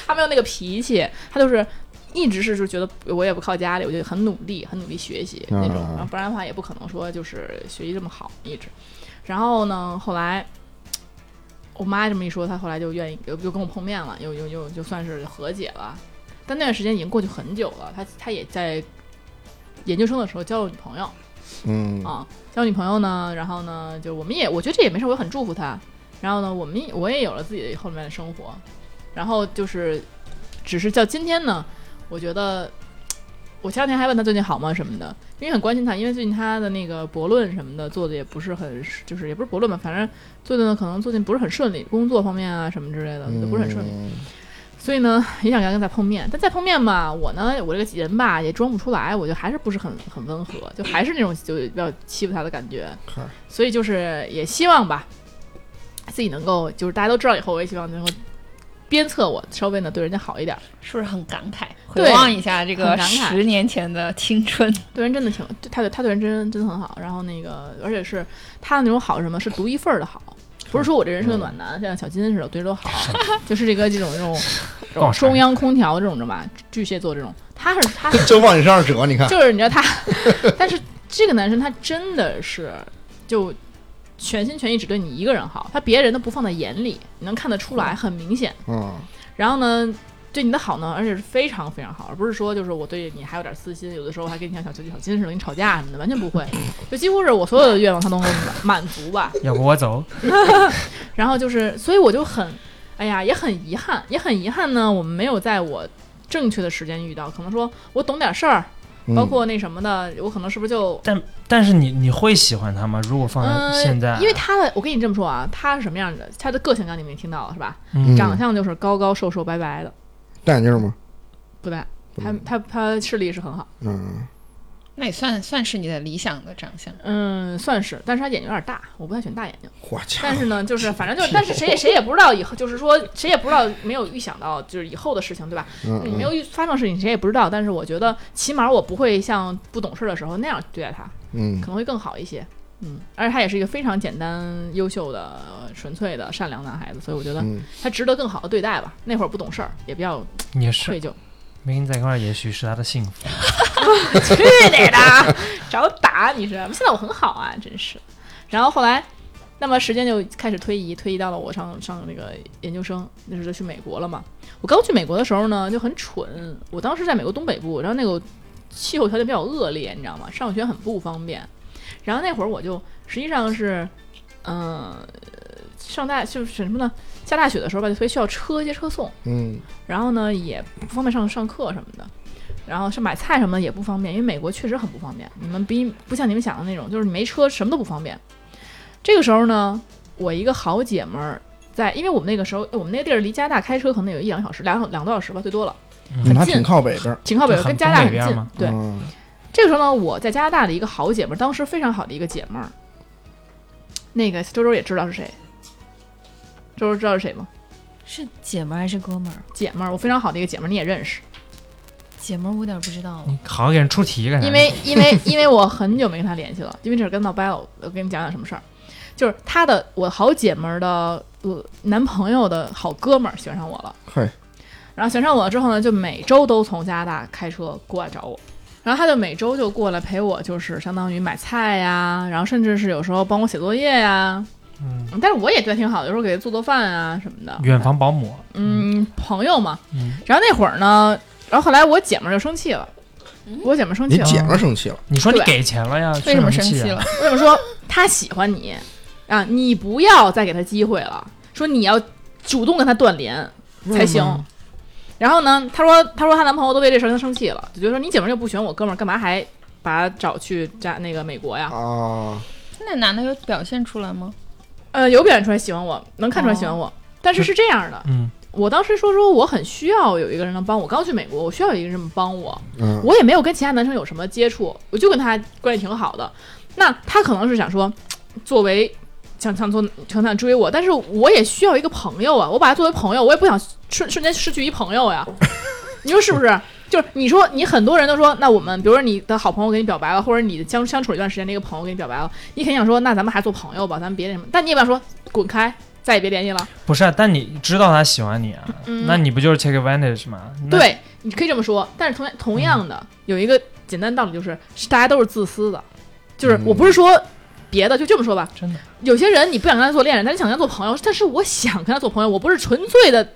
B: 他没有那个脾气，他就是一直是就觉得我也不靠家里，我就很努力，很努力学习那种
C: 啊，
B: 然后不然的话也不可能说就是学习这么好一直。然后呢，后来我妈这么一说，她后来就愿意又又跟我碰面了，又又又就算是和解了。但那段时间已经过去很久了，她她也在研究生的时候交了女朋友
C: 嗯，
B: 啊，交女朋友呢，然后呢，就我们也我觉得这也没事，我也很祝福她。然后呢，我们也我也有了自己的后面的生活，然后就是只是叫今天呢，我觉得我前两天还问她最近好吗什么的，因为很关心她，因为最近她的那个博论什么的做的也不是很，就是也不是博论吧，反正做的呢可能最近不是很顺利，工作方面啊什么之类的都不是很顺利，
C: 嗯
B: 所以呢也想跟她碰面，但再碰面吧，我呢我这个人吧也装不出来，我就还是不是很很温和，就还是那种就要欺负她的感觉，
C: 嗨
B: 所以就是也希望吧，自己能够就是大家都知道以后，我也希望能够鞭策我，稍微呢对人家好一点。
F: 是不是很感慨？回
B: 对
F: 望一下这个
B: 很感慨
F: 十年前的青春，
B: 对人真的挺，对他对他对人真真的很好。然后那个，而且是他的那种好是什么？是独一份儿的好，不是说我这人是个暖男，像小金似的对人都好，就是这个这种这种这种
D: 告诉
B: 中
D: 你
B: 央空调这种的吧，巨蟹座这种，他是他是
C: 就往你身上折， 你看，
B: 就是你知道他， 但是这个男生他真的是就全心全意只对你一个人好，他别人都不放在眼里，你能看得出来，很明显。
C: 嗯，
B: 然后呢，对你的好呢，而且是非常非常好，而不是说就是我对你还有点私心，有的时候还跟你像小金小金似的跟你吵架什么的，完全不会，就几乎是我所有的愿望他都能满满足吧。
D: 要不我走？
B: 然后就是，所以我就很，哎呀，也很遗憾，也很遗憾呢，我们没有在我正确的时间遇到，可能说我懂点事儿，
C: 嗯
B: 包括那什么的，我可能是不是就
D: 但是你你会喜欢他吗？如果放
B: 嗯、
D: 在现在，啊
B: 因为他的，我跟你这么说啊，他是什么样的？他的个性刚你们也听到了是吧？
D: 嗯
B: 长相就是高高瘦瘦白白的，
C: 嗯戴眼镜吗？
B: 不对，他
C: 嗯
B: 他他视力是很好，
C: 嗯，
F: 那也算算是你的理想的长相。
B: 嗯，算是，但是他眼睛有点大，我不太喜欢大 眼睛。
C: 我操
B: 但，是呢，就是反正就是，但是谁也谁也不知道以后，就是说谁也不知道没有预想到就是以后的事情，对吧？
C: 嗯
B: 你没有预发生的事情谁也不知道，但是我觉得起码我不会像不懂事的时候那样对待他，
C: 嗯
B: 可能会更好一些。嗯，而且他也是一个非常简单、优秀的、呃纯粹的、善良男孩子，所以我觉得
C: 嗯
B: 他值得更好的对待吧。那会儿不懂事儿，也比较
D: 也是
B: 愧疚。
D: 没跟你在一块儿，也许是他的幸福。
B: 去你的，找打你是！现在我很好啊，真是。然后后来，那么时间就开始推移，推移到了我上上那个研究生，那时候就去美国了嘛。我刚去美国的时候呢，就很蠢。我当时在美国东北部，然后那个气候条件比较恶劣，你知道吗？上学很不方便。然后那会儿我就实际上是，嗯、上大就是什么呢？下大雪的时候吧，就所以需要车接车送。
C: 嗯
B: 然后呢也不方便上上课什么的，然后是买菜什么的也不方便，因为美国确实很不方便。你们比不像你们想的那种，就是没车什么都不方便。这个时候呢，我一个好姐们儿在，因为我们那个时候我们那个地儿离加拿大开车可能有一两个小时，两两个多小时吧，最多了，
C: 嗯，
B: 很
C: 还
B: 近
C: 挺，靠北边儿，
B: 挺靠北，
D: 就很
B: 跟加拿大
D: 东
B: 很
D: 北边
B: 近
D: 嘛。
B: 对，
C: 嗯
B: 这个时候呢，我在加拿大的一个好姐们儿，当时非常好的一个姐们儿，那个周周也知道是谁，周周知道是谁吗？
E: 是姐们儿还是哥们儿？
B: 姐们儿，我非常好的一个姐们儿，你也认识。
E: 姐们儿我有点不知道了。
D: 你好好给人出题干啥？
B: 因为因为因为我很久没跟他联系了，因为这事儿跟闹掰了。我跟你讲讲什么事儿，就是她的我好姐们儿的呃男朋友的好哥们儿喜欢上我了，
C: 嘿，
B: 然后喜欢上我了之后呢，就每周都从加拿大开车过来找我。然后他就每周就过来陪我，就是相当于买菜呀，然后甚至是有时候帮我写作业呀。
D: 嗯，
B: 但是我也对他挺好的，有时候给他做做饭啊什么的。
D: 远房保姆，
B: 嗯，朋友嘛。
D: 嗯，
B: 然后那会儿呢，然后后来我姐们儿就生气了，我姐们儿生
C: 你
B: 气了。
C: 姐们儿生气了，
D: 你说你
B: 对
D: 给钱了呀？
F: 为什么生
D: 气
F: 气
D: 啊
F: 了？？
B: 为什么说他喜欢你啊？你不要再给他机会了，说你要主动跟他断联才行。然后呢，她说她说她男朋友都为这事儿跟她生气了，就觉得说你姐们儿又不选我哥们儿，干嘛还把他找去加那个美国呀？
C: 啊，
F: 那男的有表现出来吗？
B: 呃，有表现出来喜欢我，能看出来喜欢我，但是是这样的，
D: 嗯，
B: 我当时说说我很需要有一个人能帮我，刚去美国，我需要有一个人能帮我，
C: 嗯
B: 我也没有跟其他男生有什么接触，我就跟他关系挺好的。那他可能是想说，作为想想做想想追我，但是我也需要一个朋友啊，我把他作为朋友，我也不想 瞬瞬间失去一朋友呀。你说是不是？就是你说你很多人都说，那我们比如说你的好朋友跟你表白了，或者你的相相处一段时间的一个朋友跟你表白了，你肯定想说，那咱们还做朋友吧，咱们别那什么。但你也不想说滚开，再也别联系了。
D: 不是啊，但你知道他喜欢你啊，
B: 嗯
D: 那你不就是 take advantage 吗？那，
B: 对，你可以这么说。但是同样同样的，有一个简单道理就是，是大家都是自私的，就是我不是说别的，就这么说吧，
D: 真的。
B: 有些人你不想跟他做恋人，但是想跟他做朋友，但是我想跟他做朋友，我不是纯粹的，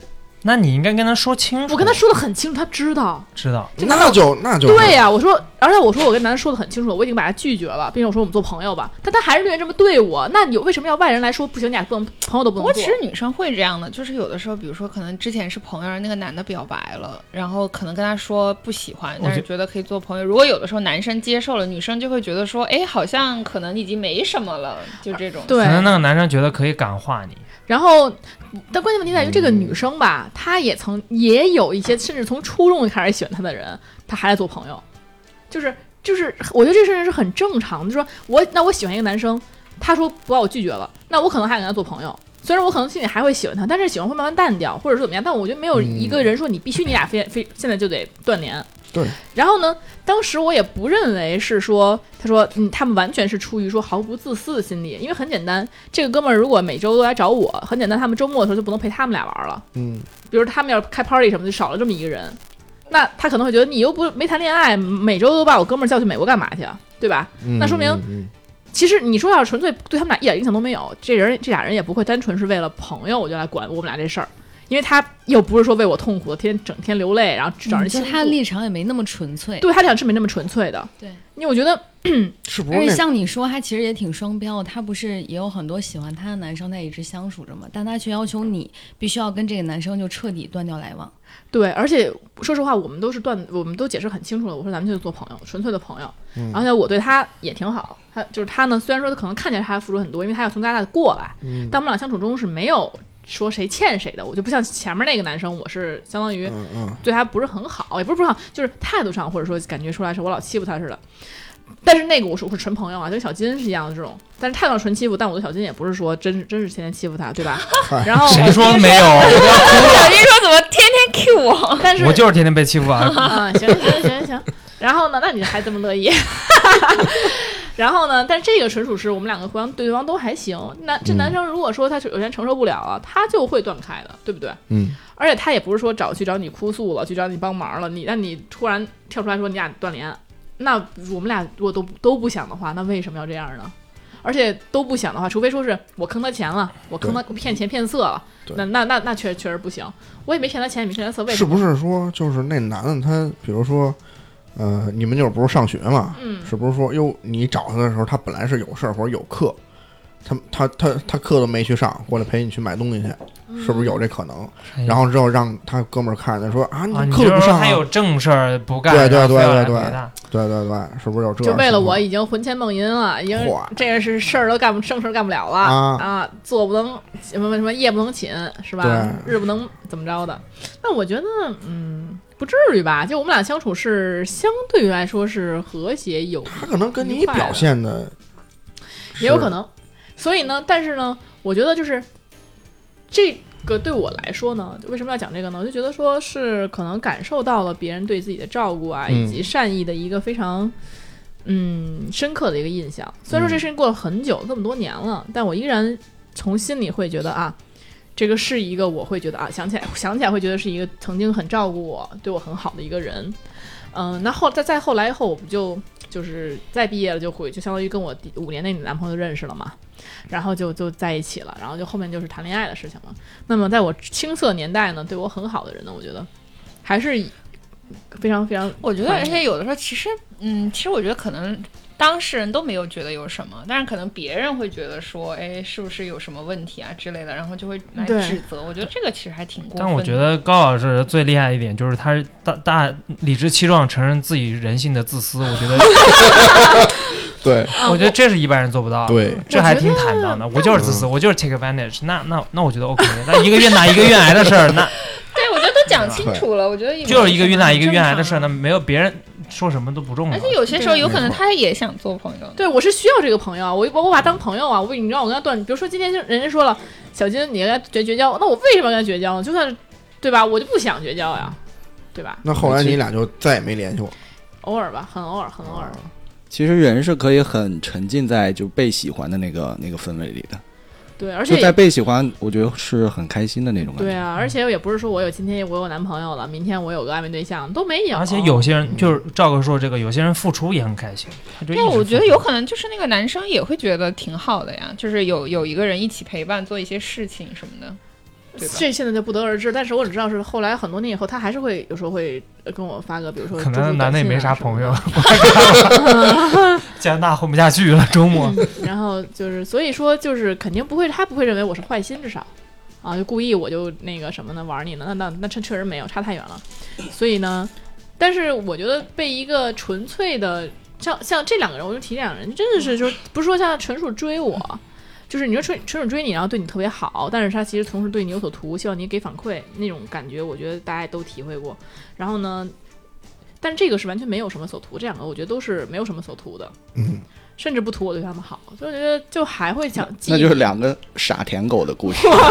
D: 那你应该跟他说清楚。
B: 我跟他说的很清楚，他知道。
D: 知道，
B: 这
C: 那就那就
B: 对呀、我说，而且我说我跟男的说的很清楚了，我已经把他拒绝了，并且我说我们做朋友吧，但他还是愿意这么对我，那你为什么要外人来说不行，你俩不能朋友都不
F: 不
B: 能
F: 过
B: 做？
F: 其实女生会这样的，就是有的时候，比如说可能之前是朋友，那个男的表白了，然后可能跟他说不喜欢，
D: 我
F: 但是
D: 觉
F: 觉得可以做朋友。如果有的时候男生接受了，女生就会觉得说，哎，好像可能已经没什么了，就这种。
B: 对
D: 可，能那个男生觉得可以感化你。
B: 然后，但关键问题在于这个女生吧，她也曾也有一些，甚至从初中就开始喜欢她的人，她还在做朋友，就是就是，我觉得这事儿是很正常的。就说我那我喜欢一个男生，他说不把我拒绝了，那我可能还跟他做朋友。虽然我可能心里还会喜欢他，但是喜欢会慢慢淡掉，或者是怎么样。但我觉得没有一个人说你必须你俩非非现在就得断联。
C: 对。
B: 然后呢，当时我也不认为是说，他说嗯，他们完全是出于说毫不自私的心理，因为很简单，这个哥们儿如果每周都来找我，很简单，他们周末的时候就不能陪他们俩玩了。
C: 嗯，
B: 比如他们要开 party 什么，就少了这么一个人，那他可能会觉得你又不没谈恋爱，每周都把我哥们儿叫去美国干嘛去啊，对吧？
C: 嗯
B: 那说明
C: 嗯
B: 其实你说要是纯粹对他们俩一点影响都没有，这人这俩人也不会单纯是为了朋友我就来管我们俩这事儿，因为他又不是说为我痛苦，天天整天流泪，然后找人
E: 嗯就
B: 倾诉。
E: 他立场也没那么纯粹，
B: 对他俩是没那么纯粹的，
E: 对。
B: 因为我觉得
C: 是不
E: 而
C: 是那
E: 且像你说，他其实也挺双标，他不是也有很多喜欢他的男生，他一直相处着嘛，但他却要求你必须要跟这个男生就彻底断掉来往。
B: 对，而且说实话，我们都是断，我们都解释很清楚了。我说咱们就是做朋友，纯粹的朋友。然后呢，我对他也挺好，他就是他呢，虽然说他可能看起来他付出很多，因为他要从咱俩过来，但我们俩相处中是没有说谁欠谁的。我就不像前面那个男生，我是相当于
C: 嗯嗯，
B: 对他不是很好，也不是不好，就是态度上或者说感觉出来是我老欺负他似的。但是那个我是我是纯朋友啊，就跟小金是一样的这种，但是态度上纯欺负，但我对小金也不是说真是真是天天欺负他，对吧？然后
D: 谁说没有？我
F: 小金说怎么天天 Q 我？
B: 但是
D: 我就是天天被欺 负啊！
B: 啊，行行行行，然后呢，那你还这么乐意？ 然后呢，但这个纯属是我们两个互相对对方都还行。那这
D: 嗯
B: 男生如果说他有些承受不了了，他就会断开的，对不对？
C: 嗯。
B: 而且他也不是说找去找你哭诉了，去找你帮忙了，你那你突然跳出来说你俩断联，那我们俩如果都都不想的话，那为什么要这样呢？而且都不想的话，除非说是我坑他钱了，我坑他骗钱骗色了，
C: 对
B: 那那那那确确实不行。我也没骗他钱，也没骗他色，为什
C: 是
B: 么？
C: 不是说就是那男的他，比如说，呃，你们那会儿不是上学嘛？
B: 嗯
C: 是不是说哟，你找他的时候，他本来是有事儿或者有课，他他他他课都没去上，过来陪你去买东西去，
B: 嗯
C: 是不是有这可能？然后之后让他哥们儿看见说哎啊，
D: 啊，你
C: 课
D: 就
C: 都不
D: 是
C: 上、
D: 说
C: 啊
D: 他，有正事儿不干，
C: 对对
D: 然后非要来
C: 对对
D: 陪他
C: 对对对，是不是有这
B: 就
C: 样的情况？
B: 为了我已经魂牵梦萦了，已经
C: 嚯
B: 这是事儿都干不正事儿干不了了
C: 啊
B: 坐不能什么什么夜不能寝是吧？
C: 对
B: 日不能怎么着的。那我觉得，嗯，不至于吧？就我们俩相处是相对于来说是和谐有，
C: 他可能跟
B: 愉
C: 你
B: 快的
C: 表现的
B: 也有可能。所以呢，但是呢，我觉得就是这个对我来说呢，为什么要讲这个呢？我就觉得说是可能感受到了别人对自己的照顾啊，
C: 嗯
B: 以及善意的一个非常嗯深刻的一个印象。虽然说这事情过了很久，这么多年了，但我依然从心里会觉得啊。这个是一个我会觉得啊，想起来 想起来会觉得是一个曾经很照顾我、对我很好的一个人，嗯，那后再再后来以后，我不就就是再毕业了就回，就相当于跟我第五年那女男朋友认识了嘛，然后就就在一起了，然后就后面就是谈恋爱的事情了。那么在我青涩年代呢，对我很好的人呢，我觉得还是以非常非常，
F: 我觉得，
B: 怀
F: 而
B: 念
F: 且有的时候其实，嗯，其实我觉得可能当事人都没有觉得有什么，但是可能别人会觉得说，哎，是不是有什么问题啊之类的，然后就会来
B: 对
F: 指责。我觉得这个其实还挺过分的。
D: 但我觉得高老师最厉害一点就是他大大理直气壮承认自己人性的自私，我觉 得，
C: 对
D: 我觉得这是一般人做不到。，
F: 啊
C: 对
D: 这还挺坦荡的。我就是自私，我就是 take advantage。那那那我觉得 OK。那一个愿打一个愿挨的事儿， 那
F: 对，我觉得都讲清楚了，我觉得也没
D: 就是一个
F: 什么
D: 愿打一个
F: 很
D: 愿挨的
F: 正
D: 事儿，那
F: 常
D: 没有别人说什么都不重要
F: 而。且有些时候有可能他也想做朋友，
B: 对我是需要这个朋友啊，我我我把他当朋友啊，我你让我跟他断，比如说今天就人家说了，小金你跟他绝绝交，那我为什么要跟他绝交呢？就算是对吧，我就不想绝交呀，对吧？
C: 那后来你俩就再也没联系过。
B: 偶尔吧，很偶尔，很偶尔。
G: 哦其实人是可以很沉浸在就被喜欢的那个那个氛围里的，
B: 对，而
G: 就
B: 且
G: 在被喜欢，我觉得是很开心的那种感
B: 对
G: 觉。
B: 啊，而且也不是说我有今天我有男朋友了，明天我有个暧昧对象都没有，
D: 而且有些人就是赵哥说这个，有些人付出也很开心。他就一
F: 但
D: 直
F: 我
D: 付
F: 觉得
D: 出
F: 有可能就是那个男生也会觉得挺好的呀，就是有有一个人一起陪伴做一些事情什么的，对吧？
B: 这现在就不得而知，但是我只知道是后来很多年以后，他还是会有时候会呃跟我发个，比如说
D: 可
B: 祝福
D: 能男的也
B: 短信
D: 没
B: 啊
D: 啥
B: 什么
D: 朋
B: 的
D: 友，
F: 啊
D: 加拿大混不下去了，周
F: 嗯
D: 末。
B: 然后就是，所以说就是肯定不会，他不会认为我是坏心，至少啊，就故意我就那个什么呢玩你呢？那那那确确实没有，差太远了。所以呢，但是我觉得被一个纯粹的像像这两个人，我就提这两个人，真的是就是不是说像纯属追我。就是你说纯纯属追你，然后对你特别好，但是他其实同时对你有所图，希望你给反馈那种感觉，我觉得大家也都体会过。然后呢，但这个是完全没有什么所图，这两个我觉得都是没有什么所图的。
C: 嗯，
B: 甚至不图我对他们好，所以我觉得就还会想记。
G: 那就是两个傻舔狗的故事。
B: 我靠！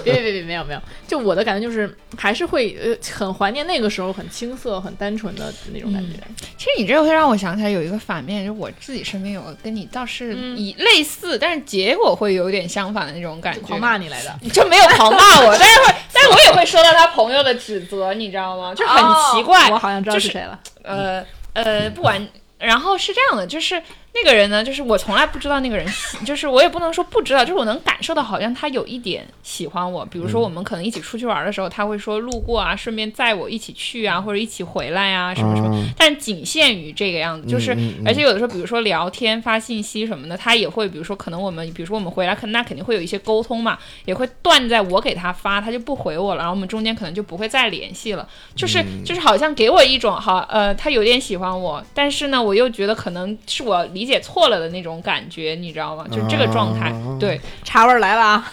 B: 别别别别，没有没有，就我的感觉就是还是会呃很怀念那个时候很青涩、很单纯的那种感觉。
F: 其实你这个会让我想起来有一个反面，就我自己身边有个跟你倒是
B: 嗯
F: 以类似，但是结果会有点相反的那种感觉，
B: 狂骂你来的，
F: 就没有狂骂 我，但是会，但是我也会收到他朋友的指责，你知道吗？就很奇怪，
B: 哦我好像知道
F: 就是
B: 是谁了。
F: 呃呃，不玩。然后是这样的，就是那个人呢，就是我从来不知道那个人喜， 就是我也不能说不知道，就是我能感受到好像他有一点喜欢我。比
C: 嗯
F: 如说我们可能一起出去玩的时候，他会说路过啊，顺便载我一起去啊，或者一起回来啊，什么什么。
C: 啊
F: 但仅限于这个样子，就是、
C: 嗯嗯
F: 而且有的时候，比如说聊天、发信息什么的，他也会，比如说可能我们，比如说我们回来，可那肯定会有一些沟通嘛，也会断在我给他发，他就不回我了，然后我们中间可能就不会再联系了，就是、
C: 嗯
F: 就是好像给我一种好呃，他有点喜欢我，但是呢，我又觉得可能是我理解错了的那种感觉，你知道吗？就是这个状态，
C: 啊
F: 对。
B: 茶味儿来了啊！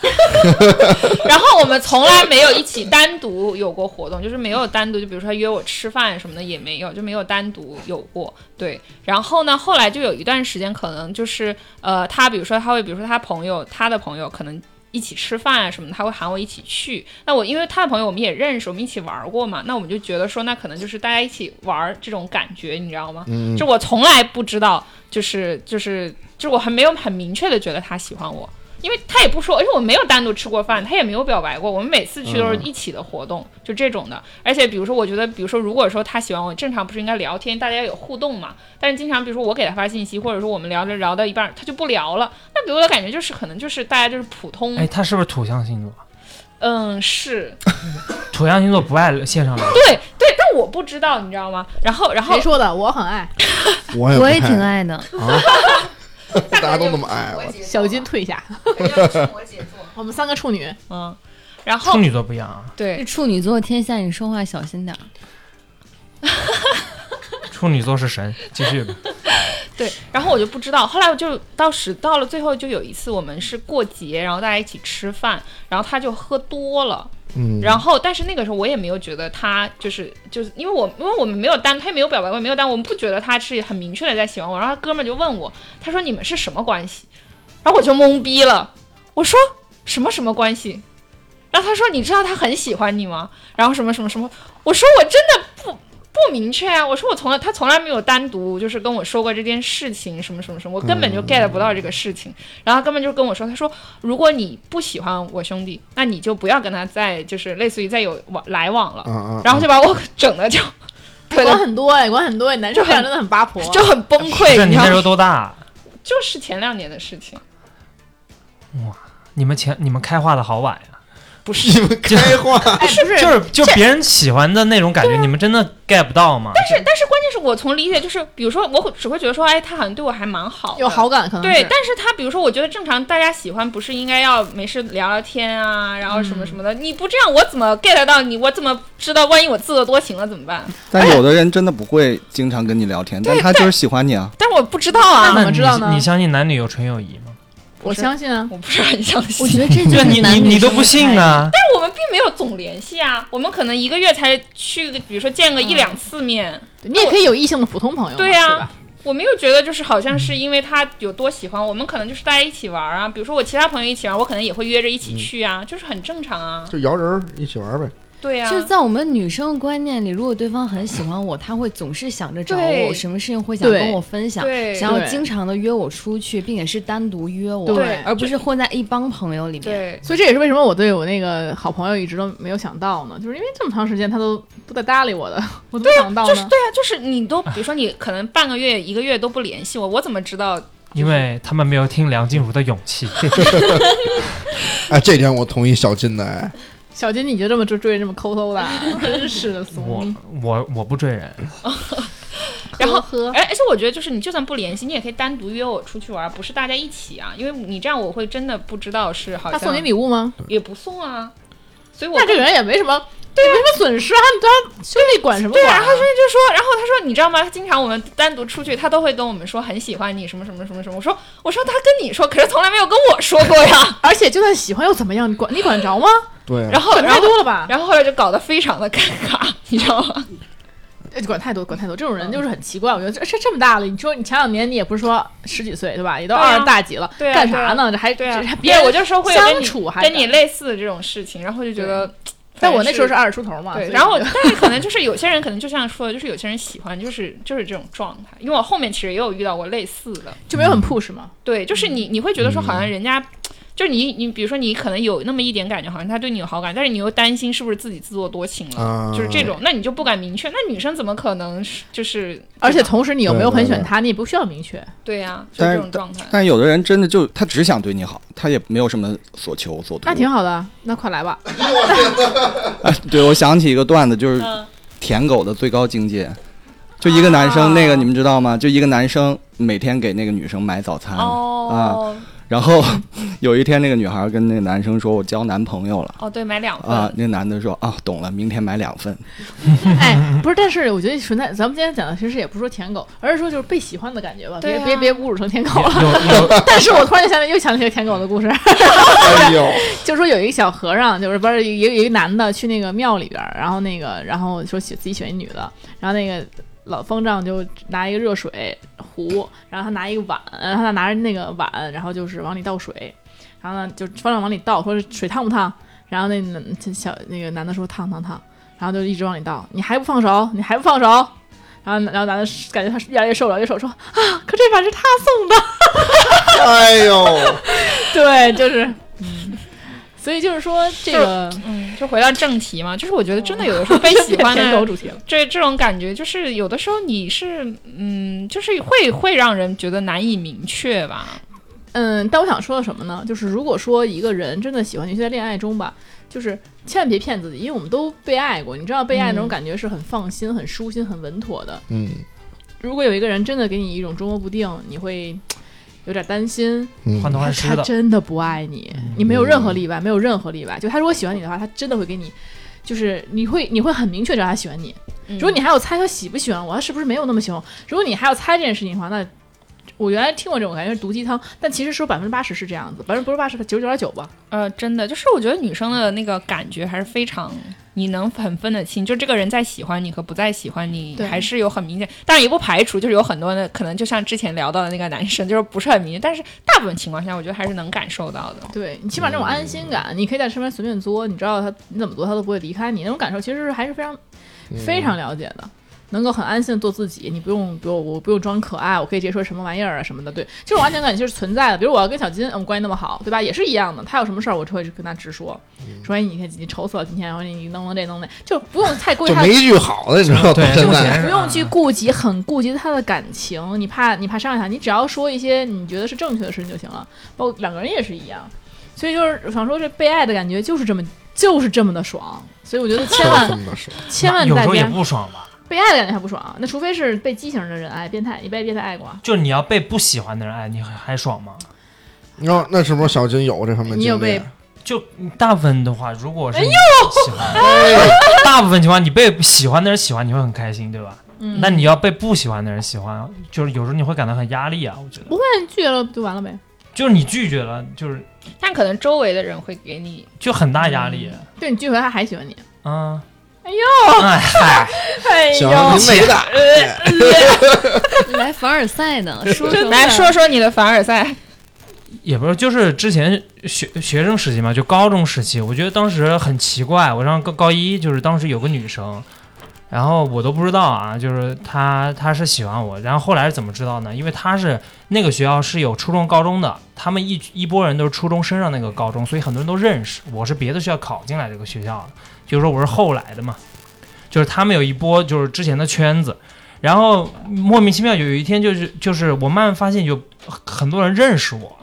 F: 然后我们从来没有一起单独有过活动，就是没有单独，就比如说他约我吃饭什么的也没有，就没有单独有过。对，然后呢，后来就有一段时间，可能就是呃，他比如说他会，比如说他朋友，他的朋友可能。一起吃饭啊什么的，他会喊我一起去。那我因为他的朋友我们也认识，我们一起玩过嘛，那我们就觉得说，那可能就是大家一起玩这种感觉，你知道吗？
C: 嗯，
F: 就我从来不知道，就是就是就我还没有很明确的觉得他喜欢我，因为他也不说，而且我没有单独吃过饭，他也没有表白过。我们每次去都是一起的活动，就这种的。而且比如说，我觉得，比如说，如果说他喜欢我，正常不是应该聊天，大家有互动嘛？但是经常，比如说我给他发信息，或者说我们聊着聊到一半，他就不聊了，那给我的感觉就是可能就是大家就是普通，
D: 哎，他是不是土象星座？
F: 嗯，是
D: 土象星座不爱线上聊天，
F: 对对，但我不知道，你知道吗？然后然后
B: 哎谁说的？我很爱
D: 哎
C: 我也
E: 我
C: 不
E: 也
C: 太
E: 挺爱的，
C: 啊， 大家都那么爱我，
B: 小金退下，我们三个处女，
F: 嗯，然后
D: 处女座不一样啊，
F: 对
E: 处女座天下，你说话小心点儿。
D: 处女座是神。继续吧，
F: 对，然后我就不知道，后来我就到时到了最后，就有一次我们是过节，然后大家一起吃饭，然后他就喝多了，
C: 嗯，
F: 然后但是那个时候我也没有觉得他就是就是因为我因为我们没有单，他也没有表白，我也没有单，我们不觉得他是很明确的在喜欢我，然后他哥们儿就问我，他说你们是什么关系？然后我就懵逼了，我说什么什么关系？然后他说你知道他很喜欢你吗？然后什么什么什么，我说我真的不不明确啊，我说我从来他从来没有单独就是跟我说过这件事情什么什么什么，我根
D: 嗯
F: 本就 get 不到这个事情。然后他根本就跟我说，他说如果你不喜欢我兄弟，那你就不要跟他再就是类似于再有往来往了。
D: 嗯
C: 啊啊，
F: 然后就把我整 的就特
B: 管
F: 别
B: 很多哎，管很多哎，男生
F: 就很
B: 真的很八婆。
F: 就很崩
D: 不是
F: 溃，
D: 你
F: 你
D: 那
F: 知道
D: 时候
F: 吗？
D: 多大？啊
F: 就是前两年的事情，
D: 你们前你们开化的好晚呀、
F: 不是
C: 你 们开化，
B: 哎，不是，
D: 就是就别人喜欢的那种感觉，你们真的 get 不到吗？
F: 但是但是关键是我从理解就是，比如说我会只会觉得说，哎，他好像对我还蛮好的，
B: 有好感可能
F: 对，
B: 是
F: 但是他比如说，我觉得正常大家喜欢不是应该要没事聊聊天啊，然后什么什么的。你不这样，我怎么 get 到你？我怎么知道？万一我自作多情了怎么办？
B: 哎
G: 但有的人真的不会经常跟你聊天，但他就是喜欢你啊。
F: 但是我不知道啊，
B: 那怎
D: 那
B: 么
D: 你
B: 知道呢
D: 你相信男女有纯友谊吗？
B: 我相信啊，
F: 我不是很相信。
E: 我觉得 这就
D: 对
E: 是
D: 啊，你
E: 男
D: 你
E: 女
D: 你都
E: 生
D: 不
E: 的差异
D: 信？啊？
F: 但我们并没有总联系啊，我们可能一个月才去，比如说见个一两次面。
B: 你也可以有异性的普通朋友嘛，
F: 对
B: 呀、
F: 呀我没有觉得就是好像是因为他有多喜欢我们，可能就是大家一起玩啊。比如说我其他朋友一起玩，我可能也会约着一起去啊，就是很正常啊。
C: 就摇人儿一起玩呗，
F: 对啊呀、
E: 就是在我们女生的观念里，如果对方很喜欢我，他会总是想着找
F: 对
E: 我，什么事情会想跟我分享
F: 对，
E: 想要
B: 对
E: 经常的约我出去，并且是单独约我，
B: 对
E: 而不是混在一帮朋友里面。
F: 对，
B: 所以这也是为什么我对我那个好朋友一直都没有想到呢，就是因为这么长时间他都不再搭理我的，我怎么想到呢？
F: 就是对啊，就是你都，比如说你可能半个月、一个月都不联系我，我怎么知道？
D: 因为他们没有听梁静茹的勇气。
C: 哎，这点我同意小金的，哎，
B: 小金，你就这么追追这么抠搜 的，真是的
D: 我
B: 怂。
D: 我我不追人，
F: 然后
B: 呵呵
F: 哎，而且我觉得就是你就算不联系，你也可以单独约我出去玩，不是大家一起啊，因为你这样我会真的不知道是好
B: 他
F: 像
B: 送你礼物吗？
F: 也不送啊，所以我
B: 那这个人也没什么，对、没什么损失啊，你对他兄弟管什么
F: 对
B: 管、
F: 啊，他说就说，然后他说你知道吗？经常我们单独出去，他都会跟我们说很喜欢你什么什么什么什么。我说我说他跟你说，可是从来没有跟我说过呀。
B: 而且就算喜欢又怎么样？你管你管得着吗？
C: 对啊，
F: 然后
B: 管
F: 哦然
B: 太
F: 后
B: 多了吧？
F: 然后后来就搞得非常的尴尬，你知道吗？
B: 哎管太多，管太多，这种人就是很奇怪。我觉得这这这么大了，你说你前两年你也不是说十几岁对吧？也都
F: 对啊
B: 二十大几了，
F: 对啊
B: 干啥呢？这还
F: 对啊
B: 这还，别
F: 对
B: 人
F: 我就说会有跟
B: 相
F: 你
B: 处还
F: 跟你
B: 敢
F: 类似的这种事情，然后就觉得，
B: 但我那时候是
F: 是
B: 二十出头嘛，
F: 对，
B: 所以
F: 然后
B: 就
F: 但是可能就是有些人可能就像说的，就是有些人喜欢就是就是这种状态，因为我后面其实也有遇到过类似的，
B: 就没有很 push 嘛。
F: 对，就是你
B: 嗯
F: 你会觉得说好像
G: 嗯
F: 人家。就是你，你比如说，你可能有那么一点感觉，好像他对你有好感，但是你又担心是不是自己自作多情了，
C: 啊
F: 就是这种，那你就不敢明确。那女生怎么可能是就是？
B: 而且同时你有没有
C: 对对
B: 很喜欢
C: 对
B: 他，你也不需要明确。
F: 对呀、就
G: 但
F: 这
G: 是
F: 种状态。
G: 但有的人真的就他只想对你好，他也没有什么所求所图。
B: 那挺好的，那快来吧。
G: 哎，对，我想起一个段子，就是
F: 嗯
G: 舔狗的最高境界，就一个男生，那个你们知道吗？就一个男生每天给那个女生买早餐，
F: 哦、
G: 然后有一天那个女孩跟那个男生说：“我交男朋友了。
F: 哦，对，买两”份，
B: 嗯
G: 啊，那男的说：“啊，懂了，明天买两份。
B: 哎，不是，但是我觉得存在，咱们今天讲的其实也不是说舔狗，而是说就是被喜欢的感觉吧。
F: 对啊
B: 别别别侮辱成舔狗了。
D: 有有
B: 但是我突然间想起又想起了舔狗的故事，
C: 哎呦，
B: 就说有一个小和尚，就是不是有有有一个男的去那个庙里边儿，然后那个然后说喜自己喜欢一女的，然后那个老方丈就拿一个热水壶，然后他拿一个碗，然后他拿着那个碗，然后就是往里倒水，然后呢就方丈往里倒，说水烫不烫？然后那男小那个男的说烫烫烫，然后就一直往里倒，你还不放手，你还不放手，然后然后男的感觉他越来越瘦了，越来越瘦，说啊，可这碗是他送的。
C: 哎 呦，
B: 对，就是，嗯，所以就是说这个
F: 嗯，就回到正题嘛，就是我觉得真的有的时候被喜欢
B: 舔
F: 的
B: 狗主题了。
F: 这这种感觉，就是有的时候你是嗯，就是会会让人觉得难以明确吧。
B: 嗯，但我想说的什么呢？就是如果说一个人真的喜欢你，就在恋爱中吧，就是千万别骗自己，因为我们都被爱过，你知道被爱那种感觉是很放心、很舒心、很稳妥的。
C: 嗯
B: 如果有一个人真的给你一种捉摸不定，你会有点担心，
D: 换
C: 嗯，
B: 他
D: 头换尸
B: 他
D: 的，嗯
B: 真的不爱你，你没有任何例外，没有任何例外。就他如果喜欢你的话，他真的会给你，就是你会你会很明确知道他喜欢你。
F: 嗯
B: 如
C: 嗯
B: 果你还有猜他喜不喜欢我，他是不是没有那么喜欢我？如果你还要猜这件事情的话，那我原来听过这种感觉是毒鸡汤，但其实说百分之八十是这样子，百分之不是八十，九十九点九吧。
F: 呃，真的就是我觉得女生的那个感觉还是非常，你能很分得清，就这个人在喜欢你和不再喜欢你，
B: 对
F: 还是有很明显。当然也不排除就是有很多的可能，就像之前聊到的那个男生，就是不是很明显，但是大部分情况下，我觉得还是能感受到的。
B: 对你起码这种安心感，你可以在身边随便作，你知道他你怎么做他都不会离开你，那种感受其实还是非常、
C: 嗯
B: 非常了解的。能够很安心的做自己，你不用，比如我不用装可爱，我可以直接说什么玩意儿啊什么的，对，这种安全感其实存在的。比如我要跟小金，我嗯们关系那么好，对吧？也是一样的，他有什么事儿，我就会跟他直说，
C: 嗯
B: 说哎，你看你愁死了今天，然后你弄弄这弄那，就不用太过于
C: 就
B: 他的
C: 没一句好的，你知道吗？
D: 对
C: 现
D: 就
C: 在
D: 是
B: 不用去顾及很顾及他的感情，你怕你怕伤害他，你只要说一些你觉得是正确的事情就行了。包括两个人也是一样，所以就是我想说，这被爱的感觉就是这么就是这么的爽。所以我觉得千
C: 就是这
B: 万
C: 么说，
B: 千万
D: 有
B: 大
D: 时候也
B: 家
D: 不爽吧。
B: 被爱的感觉还不爽，啊那除非是被畸形的人爱，变态，你被变态爱过啊？
D: 就是你要被不喜欢的人爱，你还还爽吗？
C: 你知道那是不是小金有这方面
B: 你有
C: 经
B: 被
C: 历？
D: 就大部分的话，如果是你喜欢，哎大部分情况你被喜欢的人喜欢，你会很开心，对吧？
B: 嗯
D: 那你要被不喜欢的人喜欢，就是有时候你会感到很压力啊。我觉得，
B: 不会拒绝了就完了呗。
D: 就是你拒绝了，就是
F: 但可能周围的人会给你
D: 就很大压力。
B: 对你拒绝他还喜欢你，
D: 嗯，
B: 哎
D: 呦，哎嗨，
B: 哎
C: 行，
D: 啊
C: 您没的，
E: 来凡尔赛呢，说
F: 来
E: 说
F: 说说你的凡尔赛，
D: 也不是，就是之前学学生时期嘛，就高中时期，我觉得当时很奇怪。我上高高一，就是当时有个女生，然后我都不知道啊，就是她她是喜欢我，然后后来是怎么知道呢？因为她是那个学校是有初中、高中的，他们一一波人都是初中升上那个高中，所以很多人都认识。我是别的学校考进来这个学校的，就是说我是后来的嘛，就是他们有一波就是之前的圈子。然后莫名其妙有一天，就是就是我慢慢发现，有很多人认识我，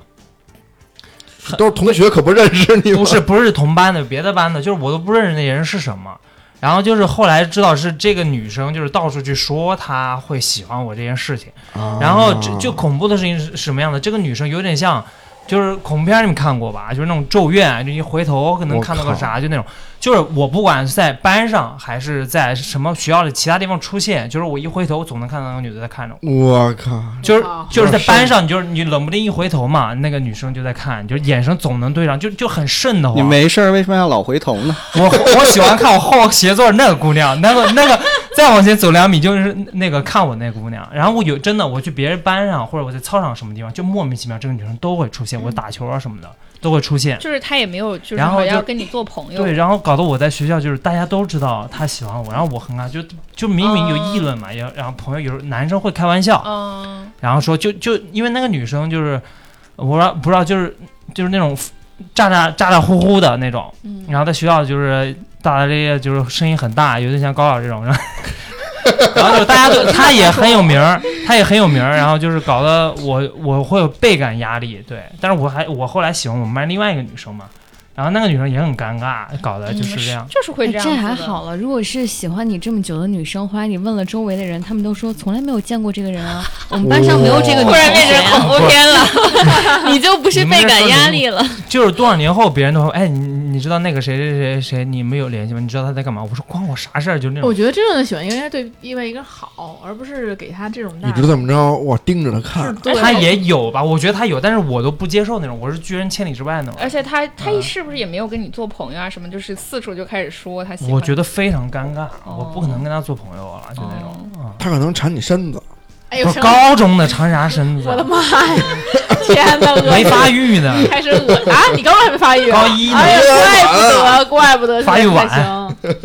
C: 都是同学，可不认识 你吗
D: 不是不是同班的，别的班的，就是我都不认识那人是什么。然后就是后来知道是这个女生，就是到处去说她会喜欢我这件事情。
C: 啊哦
D: 然后这就恐怖的事情是什么样的？这个女生有点像，就是恐怖片儿你们看过吧？就是那种咒怨，啊就你回头可能
C: 我
D: 看到个
C: 靠
D: 啥，就那种。就是我不管是在班上还是在什么学校里其他地方出现，就是我一回头总能看到那个女的在看着我。
C: 我靠，
D: 就是
B: 啊
D: 就是在
C: 是
D: 班上，你就是你冷不丁一回头嘛，那个女生就在看，就是眼神总能对上，就就很瘆
B: 哦
D: 得慌。
G: 你没事儿为什么要老回头 呢？
D: 我我喜欢看我后斜座那个姑娘，那个那个再往前走两米就是那个看我那姑娘。然后我有真的，我去别人班上或者我在操场什么地方，就莫名其妙这个女生都会出现，我打球啊什么的都会出现。
F: 就是他也没有，就是
D: 然后
F: 好像要
D: 就
F: 跟你做朋友，
D: 对，然后搞得我在学校就是大家都知道她喜欢我，然后我很尴尬，就就明明有议论嘛，也然后朋友有时候男生会开玩笑，
F: 嗯，
D: 然后说就就因为那个女生就是我不知道不知道就是就是那种咋咋咋咋呼呼的那种，
F: 嗯
D: 然后在学校就是大大咧咧，就是声音很大，有点像高老这种， 然后然后就是大家都她也很有名儿，她也很有名儿，然后就是搞得我我会有倍感压力，对，但是我还我后来喜欢我们班另外一个女生嘛。然后那个女生也很尴尬，搞得就是这样。
F: 嗯就是会
E: 哎
F: 这样，
E: 这还。 好了。如果是喜欢你这么久的女生，后来你问了周围的人，他们都说从来没有见过这个人啊，我们班上没有这个女
F: 突
E: 同
F: 然变
E: 学
F: 成
E: 啊、
F: 恐怖片了，
E: 你就不是倍感压力了。
D: 就是多少年后，别人都会哎，你你知道那个谁谁谁谁，你们有联系吗？你知道他在干嘛？我说关我啥事儿？就那种
B: 我觉得真正的喜欢应该是对另外一个人好，而不是给他这种大
C: 你知道怎么着？我盯着他看，
B: 对
D: 他也有吧，我觉得他有，但是我都不接受那种，我是拒人千里之外那种。
B: 哎
F: 而 且
E: 嗯
F: 他他是不是也没有跟你做朋友啊？什么就是四处就开始说他喜欢你，
D: 我觉得非常尴尬，
F: 哦
D: 我不可能跟他做朋友了，就那种。啊
C: 他可能缠你身子，
B: 哦哎呦
D: 不，是高中的长啥身子
B: 我，的妈 呀！天哪，恶心
D: 没发育呢，
B: 开始恶心啊！你高中还没发育啊？
D: 高一呢
B: 哎呀，怪不得，怪不得
D: 发育晚
B: 现在才行。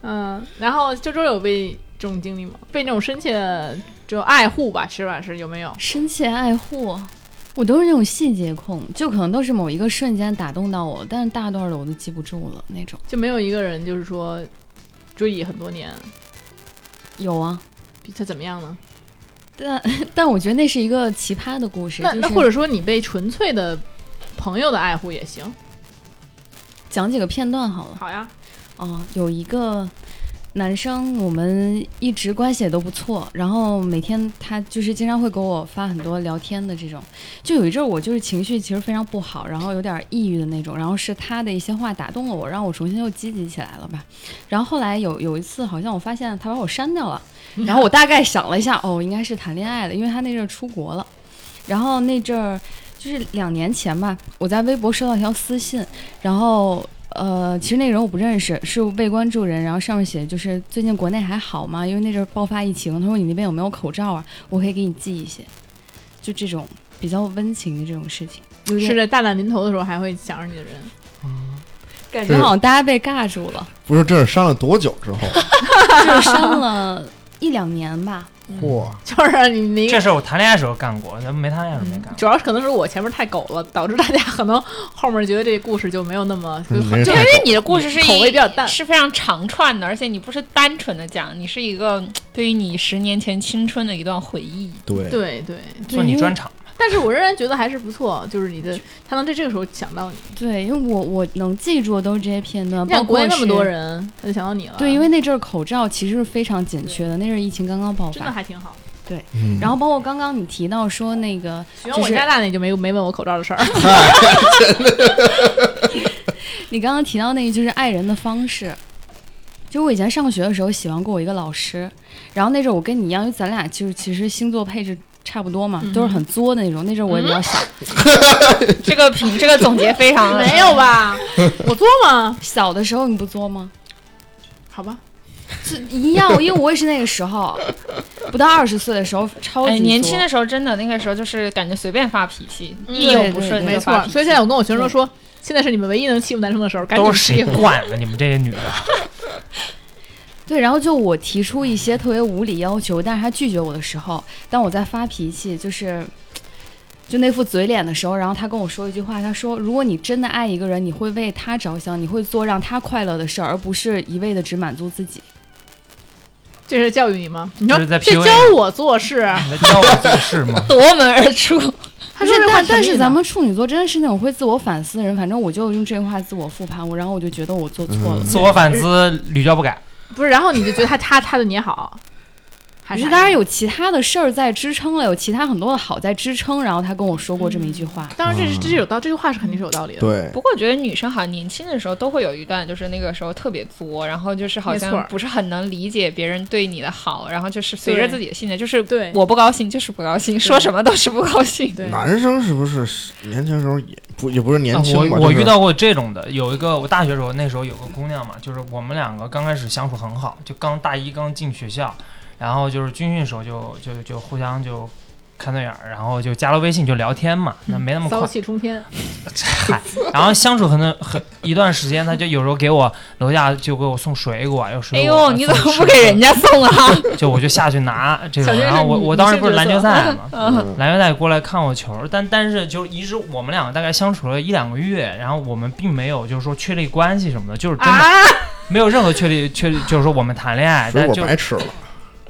B: 嗯，然后周周有被这种经历吗？被那种深切就爱护吧，起码是有没有？
E: 深切爱护，我都是那种细节控，就可能都是某一个瞬间打动到我，但是大段儿的我都记不住了那种。
B: 就没有一个人就是说追忆很多年，
E: 有啊，
B: 比他怎么样呢？
E: 但 但我觉得那是一个奇葩的故事，
B: 那
E: 就是
B: 那或者说你被纯粹的朋友的爱护也行，
E: 讲几个片段好了。
B: 好呀。
E: 哦，有一个男生，我们一直关系也都不错，然后每天他就是经常会给我发很多聊天的这种。就有一阵儿我就是情绪其实非常不好，然后有点儿抑郁的那种，然后是他的一些话打动了我，让我重新又积极起来了吧。然后后来有有一次，好像我发现他把我删掉了，然后我大概想了一下，哦，应该是谈恋爱了，因为他那阵儿出国了。然后那阵儿就是两年前吧，我在微博收到一条私信，然后呃，其实那个人我不认识，是未关注人，然后上面写就是最近国内还好吗？因为那阵儿爆发疫情，他说你那边有没有口罩啊？我可以给你寄一些，就这种比较温情的这种事情，有
B: 是
E: 点
B: 在大难临头的时候还会想着你的人，
E: 感觉好像大家被尬住了，
C: 不是这是删了多久 之后？
E: 就是删了一两年吧。
B: 嗯
C: 嚯，
B: 就是你你
D: 这事儿我谈恋爱时候干过，咱没谈恋爱时候没干过。
B: 嗯主要是可能是我前面太狗了，导致大家可能后面觉得这故事就没有那么就
C: 嗯没
B: 就
F: 对，
C: 太懂
F: 因为你的故事是
B: 口
F: 一
B: 味比较淡
F: 是非常长串的，而且你不是单纯的讲，你是一个嗯对于你十年前青春的一段回忆。
C: 对，
B: 对对。
D: 做你专场，
B: 但是我仍然觉得还是不错，就是你的他能在这个时候想到你。
E: 对，因为我我能记住的都是这些片段，
B: 你
E: 包
B: 想国
E: 括
B: 内那么
E: 是
B: 多。人，啊他就想到你了。
E: 对，因为那阵儿口罩其实是非常紧缺的，那阵儿疫情刚刚爆
B: 真的
E: 发。
B: 还挺好。
C: 嗯
E: 然后包括刚刚你提到说那个
B: 喜欢我加拿大那就没没问我口罩的事儿。
E: 你刚刚提到那个就是爱人的方式，就我以前上学的时候喜欢过我一个老师，然后那阵儿我跟你一样，因为咱俩就是其实星座配置差不多嘛，
F: 嗯
E: 都是很作的那种。那阵儿我也比较小，
F: 这个评这个总结非常 哎
B: 没有吧？我做吗？
E: 小的时候你不作吗？
B: 好吧，
E: 是一样，因为我也是那个时候。不到二十岁的时候超级
F: 哎，
E: 作
F: 年轻的时候真的那个时候就是感觉随便发脾气，
B: 嗯
F: 一有不顺
E: 对
B: 没
F: 就
B: 错
F: 发。脾气。
B: 所以现在我跟我学生说，现在是你们唯一能欺负男生的时候，赶紧
D: 都是
B: 欺
D: 谁
B: 负。
D: 惯的？你们这些女的，
E: 对，然后就我提出一些特别无理要求，但是他拒绝我的时候，当我在发脾气，就是就那副嘴脸的时候，然后他跟我说一句话，他说：“如果你真的爱一个人，你会为他着想，你会做让他快乐的事儿，而不是一味的只满足自己。
B: 这是教育你吗？你
D: 这
B: 说
D: 是在
B: 这
D: PUA
B: 教我做事啊，
D: 你在教我做事吗？
F: 夺门而出，
B: 他说
E: 不是，
B: 这话
E: 但但
B: 什么意
E: 是
B: 思
E: 咱们处女座真的是那种会自我反思的人，反正我就用这句话自我复盘我，然后我就觉得我做错了。
C: 嗯
D: 自我反思，屡教不改。不
B: 不是，然后你就觉得他他他对你好，还
E: 可
B: 是
E: 是哎当然有其他的事儿在支撑了，有其他很多的好在支撑，然后他跟我说过这么一句话。
B: 当然这是这是有道这句话是肯定是有道理的。
C: 对，
F: 不过我觉得女生好像年轻的时候都会有一段，就是那个时候特别作，然后就是好
B: 没
F: 像
B: 错
F: 不是很能理解别人对你的好，然后就是随着
B: 对
F: 自己的性格，就是
B: 对
F: 我不高兴就是不高兴，说什么都是不高兴。
B: 对，
C: 男生是不是年轻时候也不也不是年
D: 啊
C: 轻吧？
D: 我
C: 就
D: 我
C: 是
D: 遇到过这种的，有一个我大学时候那时候有个姑娘嘛，就是我们两个刚开始相处很好，就刚大一刚进学校，然后就是军训时候就就就互相就看对眼儿，然后就加了微信就聊天嘛，那没那么快
B: 骚，
F: 嗯
B: 气冲天，
D: 嗨，然后相处很很一段时间，她就有时候给我楼下就给我送水果，有时候
F: 哎呦，你怎么不给人家送啊？
D: 就我就下去拿这
B: 小
D: 种，
B: 学
D: 然后
B: 生
D: 我
B: 女
D: 我当时
B: 女性
D: 不是
B: 角
D: 篮球
B: 色
D: 赛嘛，
C: 嗯
D: 篮球赛过来看我球儿，但但是就是一直我们两个大概相处了一两个月，然后我们并没有就是说确立关系什么的，就是真的没有任何确立确立，就是说我们谈恋爱，
C: 水
D: 但
C: 果
D: 就
C: 白吃了，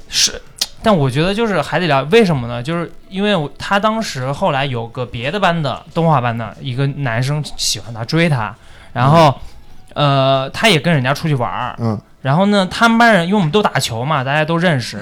D: 是，但我觉得就是还得聊，为什么呢？就是因为我他当时后来有个别的班的动画班的一个男生喜欢他追他，然后、呃他也跟人家出去玩儿，
C: 嗯，
D: 然后呢，他们班人因为我们都打球嘛，大家都认识，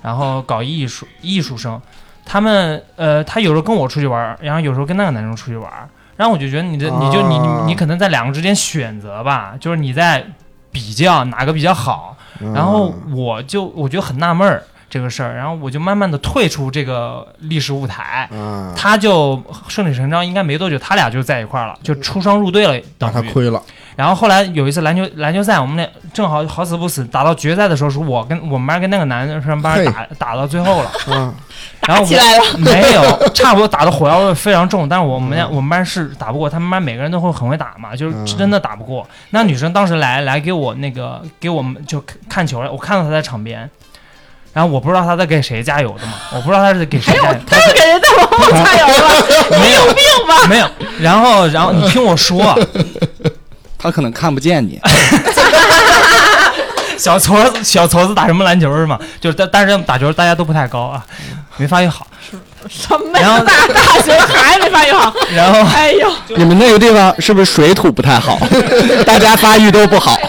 D: 然后搞艺术艺术生，他们呃，他有时候跟我出去玩儿，然后有时候跟那个男生出去玩儿，然后我就觉得你的你就你你
C: 啊
D: 你可能在两个之间选择吧，就是你在比较哪个比较好，
C: 嗯
D: 然后我就我就很纳闷儿这个事儿，然后我就慢慢的退出这个历史舞台。
C: 啊，
D: 他就顺理成章，应该没多久，他俩就在一块儿了，就出双入对了，
C: 嗯让他
D: 等于。
C: 亏了，
D: 然后后来有一次篮球篮球赛，我们俩正好好死不死打到决赛的时候，是我跟我们班跟那个男生班
C: 嘿
D: 打打到最后了，
C: 啊，
D: 然后
F: 起来了，
D: 我 没有差不多打的火药味非常重，但是我们俩我们班是打不过，他们班每个人都会很会打嘛，就是真的打不过。那女生当时来来给我那个给我们就看球了，我看到她在场边。然后我不知道她在给谁加油的 嘛，我不知道她是给谁加油，她
B: 感觉在往后加油 了。
D: 没哎有病吧？没有。然后，然后你听我 说，
G: 他可能看不见 你，
D: 小矬子，小矬子打什么篮球是吗？就是但但是打球大家都不太高啊，没发育好。
B: 什么
D: 然
B: 呀？
D: 后
B: 大大学还没发 育好？
D: 然后
B: 哎呦，
G: 你们那个地方是不是水土不 太好？大家发育都不好。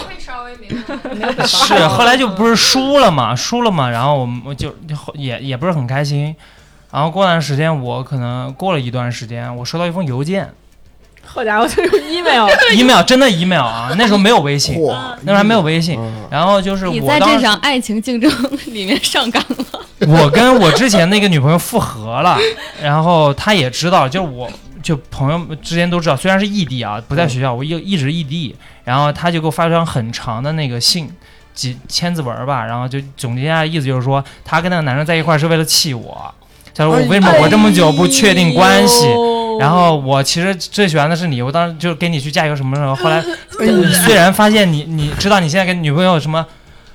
D: 是后来就不是输了嘛，输了嘛，然后我们我就也也不是很开心。然后过段时间，我可能过了一段时间，我收到一封邮件
B: 好家伙，就用 email，
D: ，email 真的 email 啊，那时候没有微信，
C: 嚯，
D: 那时候还没有微信。
C: 嗯
D: 然后就是
E: 你
D: 我
E: 在
D: 当
E: 这
D: 时
E: 场爱情竞争里面上岗了，
D: 我跟我之前那个女朋友复合了，然后她也知道，就是我就朋友之间都知道，虽然是异地啊，不在学校，我一一直异地，然后她就给我发了一张很长的那个信。几千字文儿吧，然后就总结一下，意思就是说，她跟那个男生在一块儿是为了气我。她说我为什么我这么久不确定关系？然后我其实最喜欢的是你，我当时就跟你去加油什么什么。后来虽然发现你，你知道你现在跟女朋友什么，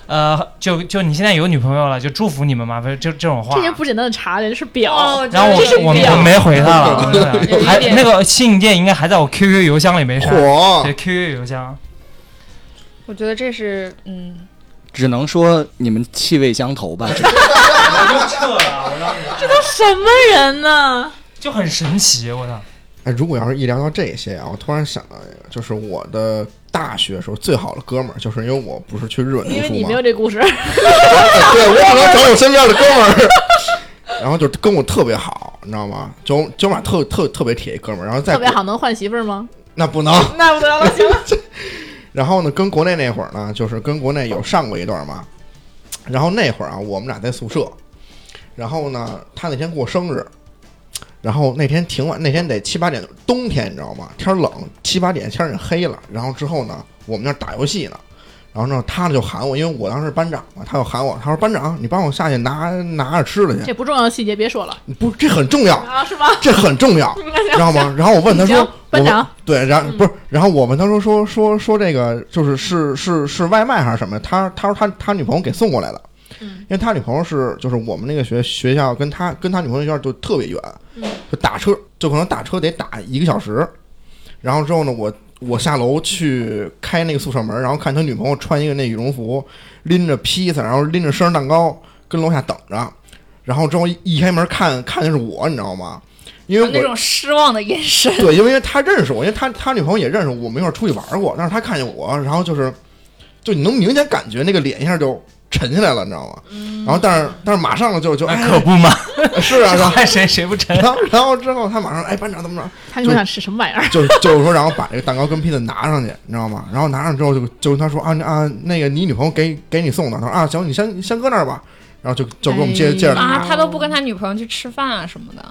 D: 呃，就就你现在有女朋友了，就祝福你们嘛，不是就这种话
B: 这。些不简单的查了，这是
F: 哦
B: 表，
D: 然后我
B: 这是
D: 我
B: 表
D: 我没回他了，我没回
F: 有一
D: 他还
F: 点
D: 那个信件应该还在我 QQ 邮箱里没删，对
C: 嚯，
D: QQ 邮箱。
F: 我觉得这是嗯，
G: 只能说你们气味相投 吧。
B: 什么人呢？
D: 就很神奇，我操！
C: 哎，如果要是一聊到这些啊，我突然想到一个，就是我的大学时候最好的哥们儿，就是因为我不是去日本读
B: 因为
C: 书
B: 你
C: 嘛
B: 没有，这故事，
C: 对我只能找我身边的哥 们儿。然后就跟我特别好，你知道吗？就就俩特特特别铁一哥们儿，然后 在
B: 特别好，能换媳妇儿吗？
C: 那不能，
B: 那不得了，行，
C: 然后呢，跟国内那会儿呢，就是跟国内有上过一段嘛。然后那会儿啊，我们俩在宿舍，然后呢，他那天过生日，然后那天挺晚，那天得七八点，冬天你知道吗？天儿冷，七八点天儿也黑了。然后之后呢，我们那儿打游戏呢，然后呢，他就喊我，因为我当时是班长嘛，他就喊我，他说班长，你帮我下去拿拿着吃的 去
B: 这，不重要的细节别说了
C: 不，这很重 要，
B: 啊，是吗？
C: 这很重 要，知道吗？然后我问他说
B: 行，班
C: 我
B: 长，嗯
C: 对，然不是，然后我问他说说说说这个就是是是是外卖还是什么？他他说他他女朋友给送过来的，
B: 嗯
C: 因为他女朋友是就是我们那个学学校跟他跟他女朋友学校就特别远，
B: 嗯
C: 就打车就可能打车得打一个小时，然后之后呢，我我下楼去开那个宿舍门，然后看他女朋友穿一个那羽绒服，拎着披萨，然后拎着生日蛋糕跟楼下等着，然后之后一一开门看看见是我，你知道吗？因为我
F: 那种失望的眼神。
C: 对，因为因为他认识我，因为他他女朋友也认识我，我们一块儿出去玩过。但是他看见我，然后就是，就你能明显感觉那个脸一下就沉下来了，你知道吗？然后但是但是马上就就哎
D: 可不嘛，
C: 是啊，然后
D: 爱谁谁不成？
C: 然后然后之后他马上哎班长怎么着，
B: 他就想吃什么玩意儿？
C: 就就是说然后把这个蛋糕跟披萨拿上去，你知道吗？然后拿上之后就就跟他说啊那啊那个你女朋友给给你送的，他说啊行你先先搁那儿吧，然后就就给我们接接着拿。
F: 啊，他都不跟他女朋友去吃饭啊什么的。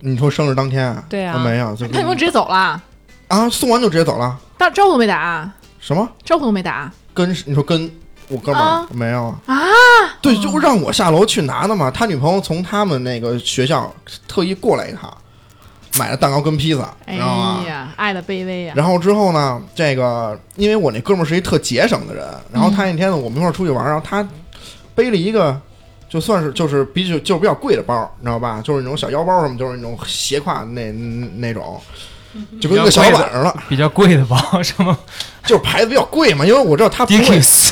C: 你说生日当天啊？
F: 对啊
C: 没有 就
B: 哎他有没有直接走了？
C: 啊送完就直接走了
B: 但招呼都没打，啊
C: 什么？
B: 招呼都没打，
C: 跟你说跟我哥们儿、
B: 啊
C: 没有啊？对，就让我下楼去拿的嘛。他女朋友从他们那个学校特意过来一趟，买了蛋糕跟披萨，
B: 哎
C: 知道吗？
B: 呀，爱的卑微呀！啊
C: 然后之后呢，这个因为我那哥们儿是一特节省的人，然后他那天呢，我们一块儿出去玩儿，然后他背了一个。就算是就是比较就是比较贵的包，你知道吧？就是那种小腰包什么，就是那种斜挎那那种，就跟一个小老板似的，
D: 嗯比较贵的包，什么
C: 就是牌子比较贵嘛。因为我知道他不会
D: Dickies，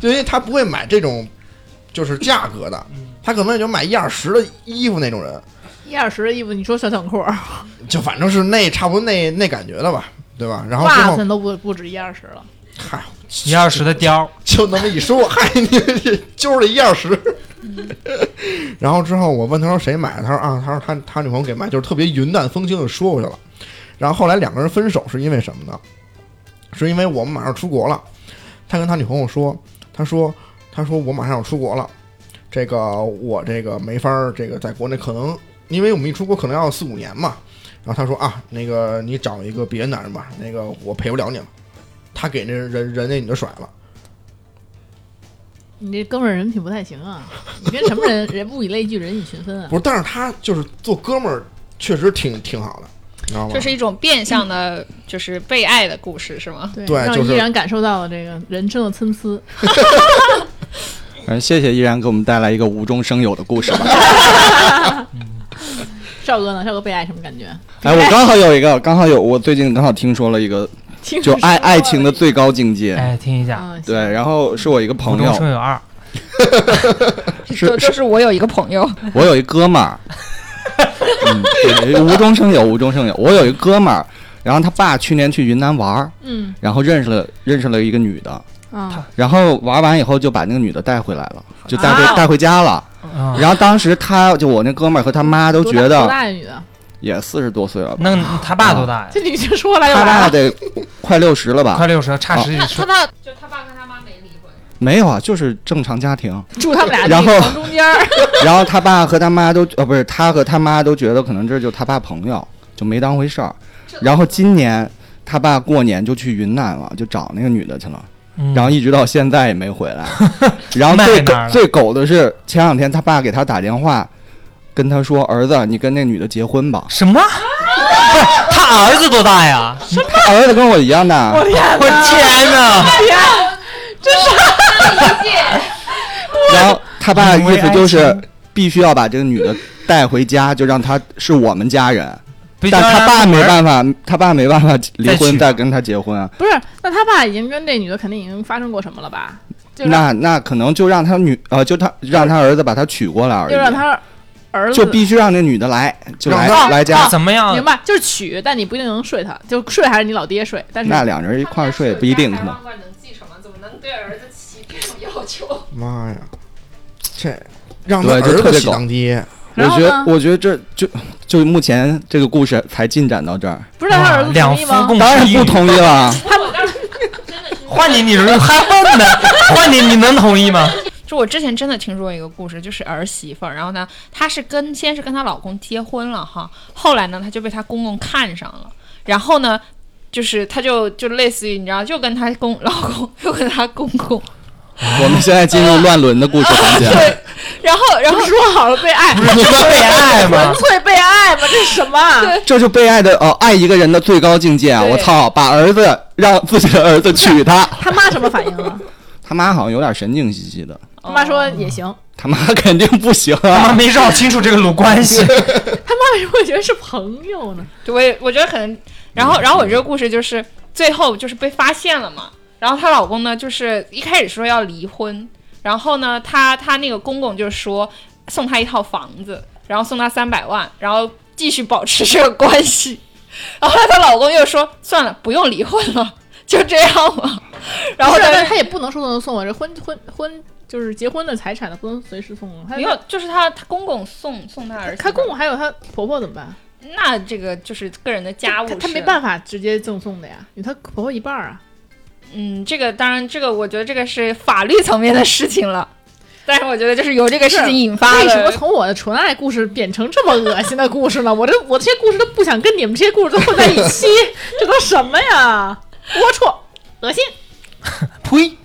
C: 就因为他不会买这种就是价格的，他可能也就买一二十的衣服那种人，
B: 一二十的衣服，你说小短裤、
C: 就反正是那差不多那那感觉的吧，对吧？然后之
B: 袜
C: 后
B: 子都不不止一二十了，
C: 嗨，
D: 一二十的貂，
C: 就那么一说，嗨，你这揪着一二十。然后之后我问他说谁买的，他说啊，他说他他女朋友给买，就是特别云淡风轻就说过去了。然后后来两个人分手是因为什么呢？是因为我们马上出国了，他跟他女朋友说，他说他说我马上要出国了，这个我这个没法儿这个在国内可能，因为我们一出国可能要四五年嘛。然后他说啊，那个你找一个别的男人吧，那个我陪不了你了。他给那人人那女的甩了。
B: 你这哥们儿人品不太行 啊！你跟什么人人物以类聚，人以群分啊
C: 不？是，但是他就是做哥们儿，确实挺挺好的，
D: 嗯
C: 你知道吗？
F: 这是一种变相的，就是被爱的故事，是吗？
B: 对
C: 对
B: 让
C: 就是
B: 依然感受到了这个人生的参差。
G: 嗯，谢谢依然给我们带来一个无中生有的故事 吧。
B: 少哥呢？少哥被爱什么感觉？
G: 哎，我刚好有一个，刚好有，我最近刚好听说了一个，
B: 听
G: 就爱
B: 说
G: 爱情的最高境界。
D: 哎，听一下，
B: 嗯，
G: 对，然后是我一个
D: 无
G: 朋
D: 中生
G: 友，
D: 有二，
G: 是
F: 就就是我有一个朋友，
G: 我有一哥们 儿，嗯，对无中生有，无中生有。我有一哥们儿，然后他爸去年去云南玩儿，
B: 嗯
G: 然后认识了认识了一个女的，
B: 啊，
G: 然后玩完以后就把那个女的带回来了，就带回、
B: 啊
G: 带回家了。
D: 啊，
G: 然后当时他就我那哥们儿和他妈都
B: 多大多
G: 觉得
B: 大的女的？
G: 也四十多岁了吧，
D: 那他爸多大呀？
B: 这女就说来就
G: 他
B: 来
G: 爸
B: 了，
G: 得快六十了吧？
D: 快六十，差十几
F: 他
D: 岁
F: 他。爸就他爸跟他妈没离婚，
G: 没有啊，就是正常家庭。
B: 住他们俩
G: 然
B: 那个
G: 后
B: 床中间儿。
G: 然后他爸和他妈都呃不是他和他妈都觉得可能这就是他爸朋友，就没当回事儿。然后今年他爸过年就去云南了，就找那个女的去了，
D: 嗯
G: 然后一直到现在也没回 来。然后最
D: 卖
G: 狗
D: 哪儿了
G: 最狗的是前两天他爸给他打电话，跟他说：“儿子，你跟那女的结婚 吧。”
D: 什么？他儿子多大呀？
G: 他儿子跟我一样大，
D: 我天哪！
G: 然后他爸
D: 因为
G: 意思就
D: 爱
G: 是
D: 情
G: 必须要把这个女的带回家，就让她是我们家人。
D: 不
G: 但
D: 行
G: 他爸没办法，他爸没办法离
D: 再娶
G: 婚再跟他结婚啊。
B: 不是，那他爸已经跟这女的肯定已经发生过什么了吧？就让
G: 那那可能就让他女呃，就他让他儿子把他娶过来而
B: 就让
G: 已，
B: 他儿子
G: 就必须让那女的来，就来
C: 让他
G: 来家，
D: 怎么样
B: 明？白，就是娶，但你不一定能睡他，就睡还是你老爹睡，但是
G: 那两人一块儿睡不一定可能。
F: 能继承吗？怎么能对儿子起这种要求？
C: 妈呀，这让他
G: 对就
C: 儿
G: 特
C: 子
G: 别
C: 喜
G: 狗
C: 当爹，
G: 我
B: 然后
G: 觉
B: 呢
G: 得我觉得这就就目前这个故事才进展到这儿，
B: 不是他儿
D: 哇
B: 子
D: 两
B: 同意
D: 夫
B: 吗？
D: 共
G: 当然不同意了。啊
D: 换你，你是还 问呢？换你，你能同意吗？
F: 就我之前真的听说一个故事，就是儿媳妇儿，然后呢，她是跟先是跟她老公结婚了哈，后来呢，她就被她公公看上了，然后呢。就是他就就类似于你知道，就跟他公老公， 又跟他公公，
G: 我们现在进入乱伦的故事环节，啊
F: 对，然后然后
B: 说好了被爱，
D: 不是被爱
B: 纯？
D: 吗
B: 粹被爱吗？这是什么啊？
G: 这就被爱的哦，爱一个人的最高境界啊！
F: 对
G: 我操，把儿子让 自己的儿子娶她，
B: 他妈什么反应 啊？
G: 他妈好像有点神经兮兮的，
B: 他妈说也行，
G: 他妈 肯定不行
D: 他 妈
G: 啊！
D: 没绕清楚这个路关系，
B: 他妈为什么会觉得是朋友呢？
F: 对，我也我觉得可能，然
B: 嗯
F: 后然后我这个故事就是最后就是被发现了嘛，然后她老公呢就是一开始说要离婚，然后呢她她那个公公就说送她一套房子，然后送她三百万，然后继续保持这个关系，然后她老公又说算了，不用离婚了，就这样 嘛，然后
B: 不是但
F: 但
B: 是
F: 是
B: 他也不能说送送我这婚婚婚就是结婚的财产的不能随时送啊。他
F: 没有，就是她她公公送送她儿子，
B: 他公公还有他婆婆怎么办？
F: 那这个就是个人的家务
B: 他
F: 事，
B: 他没办法直接赠送的呀，有他婆婆一半儿啊。
F: 嗯，这个当然，这个我觉得这个是法律层面的事情了，但是我觉得就是由这个事情引发
B: 为什么
F: 的。
B: 从我的纯爱故事变成这么恶心的故事呢？我这我这些故事都不想跟你们这些故事都混在一起，这都什么呀？龌龊，恶心！
D: 呸！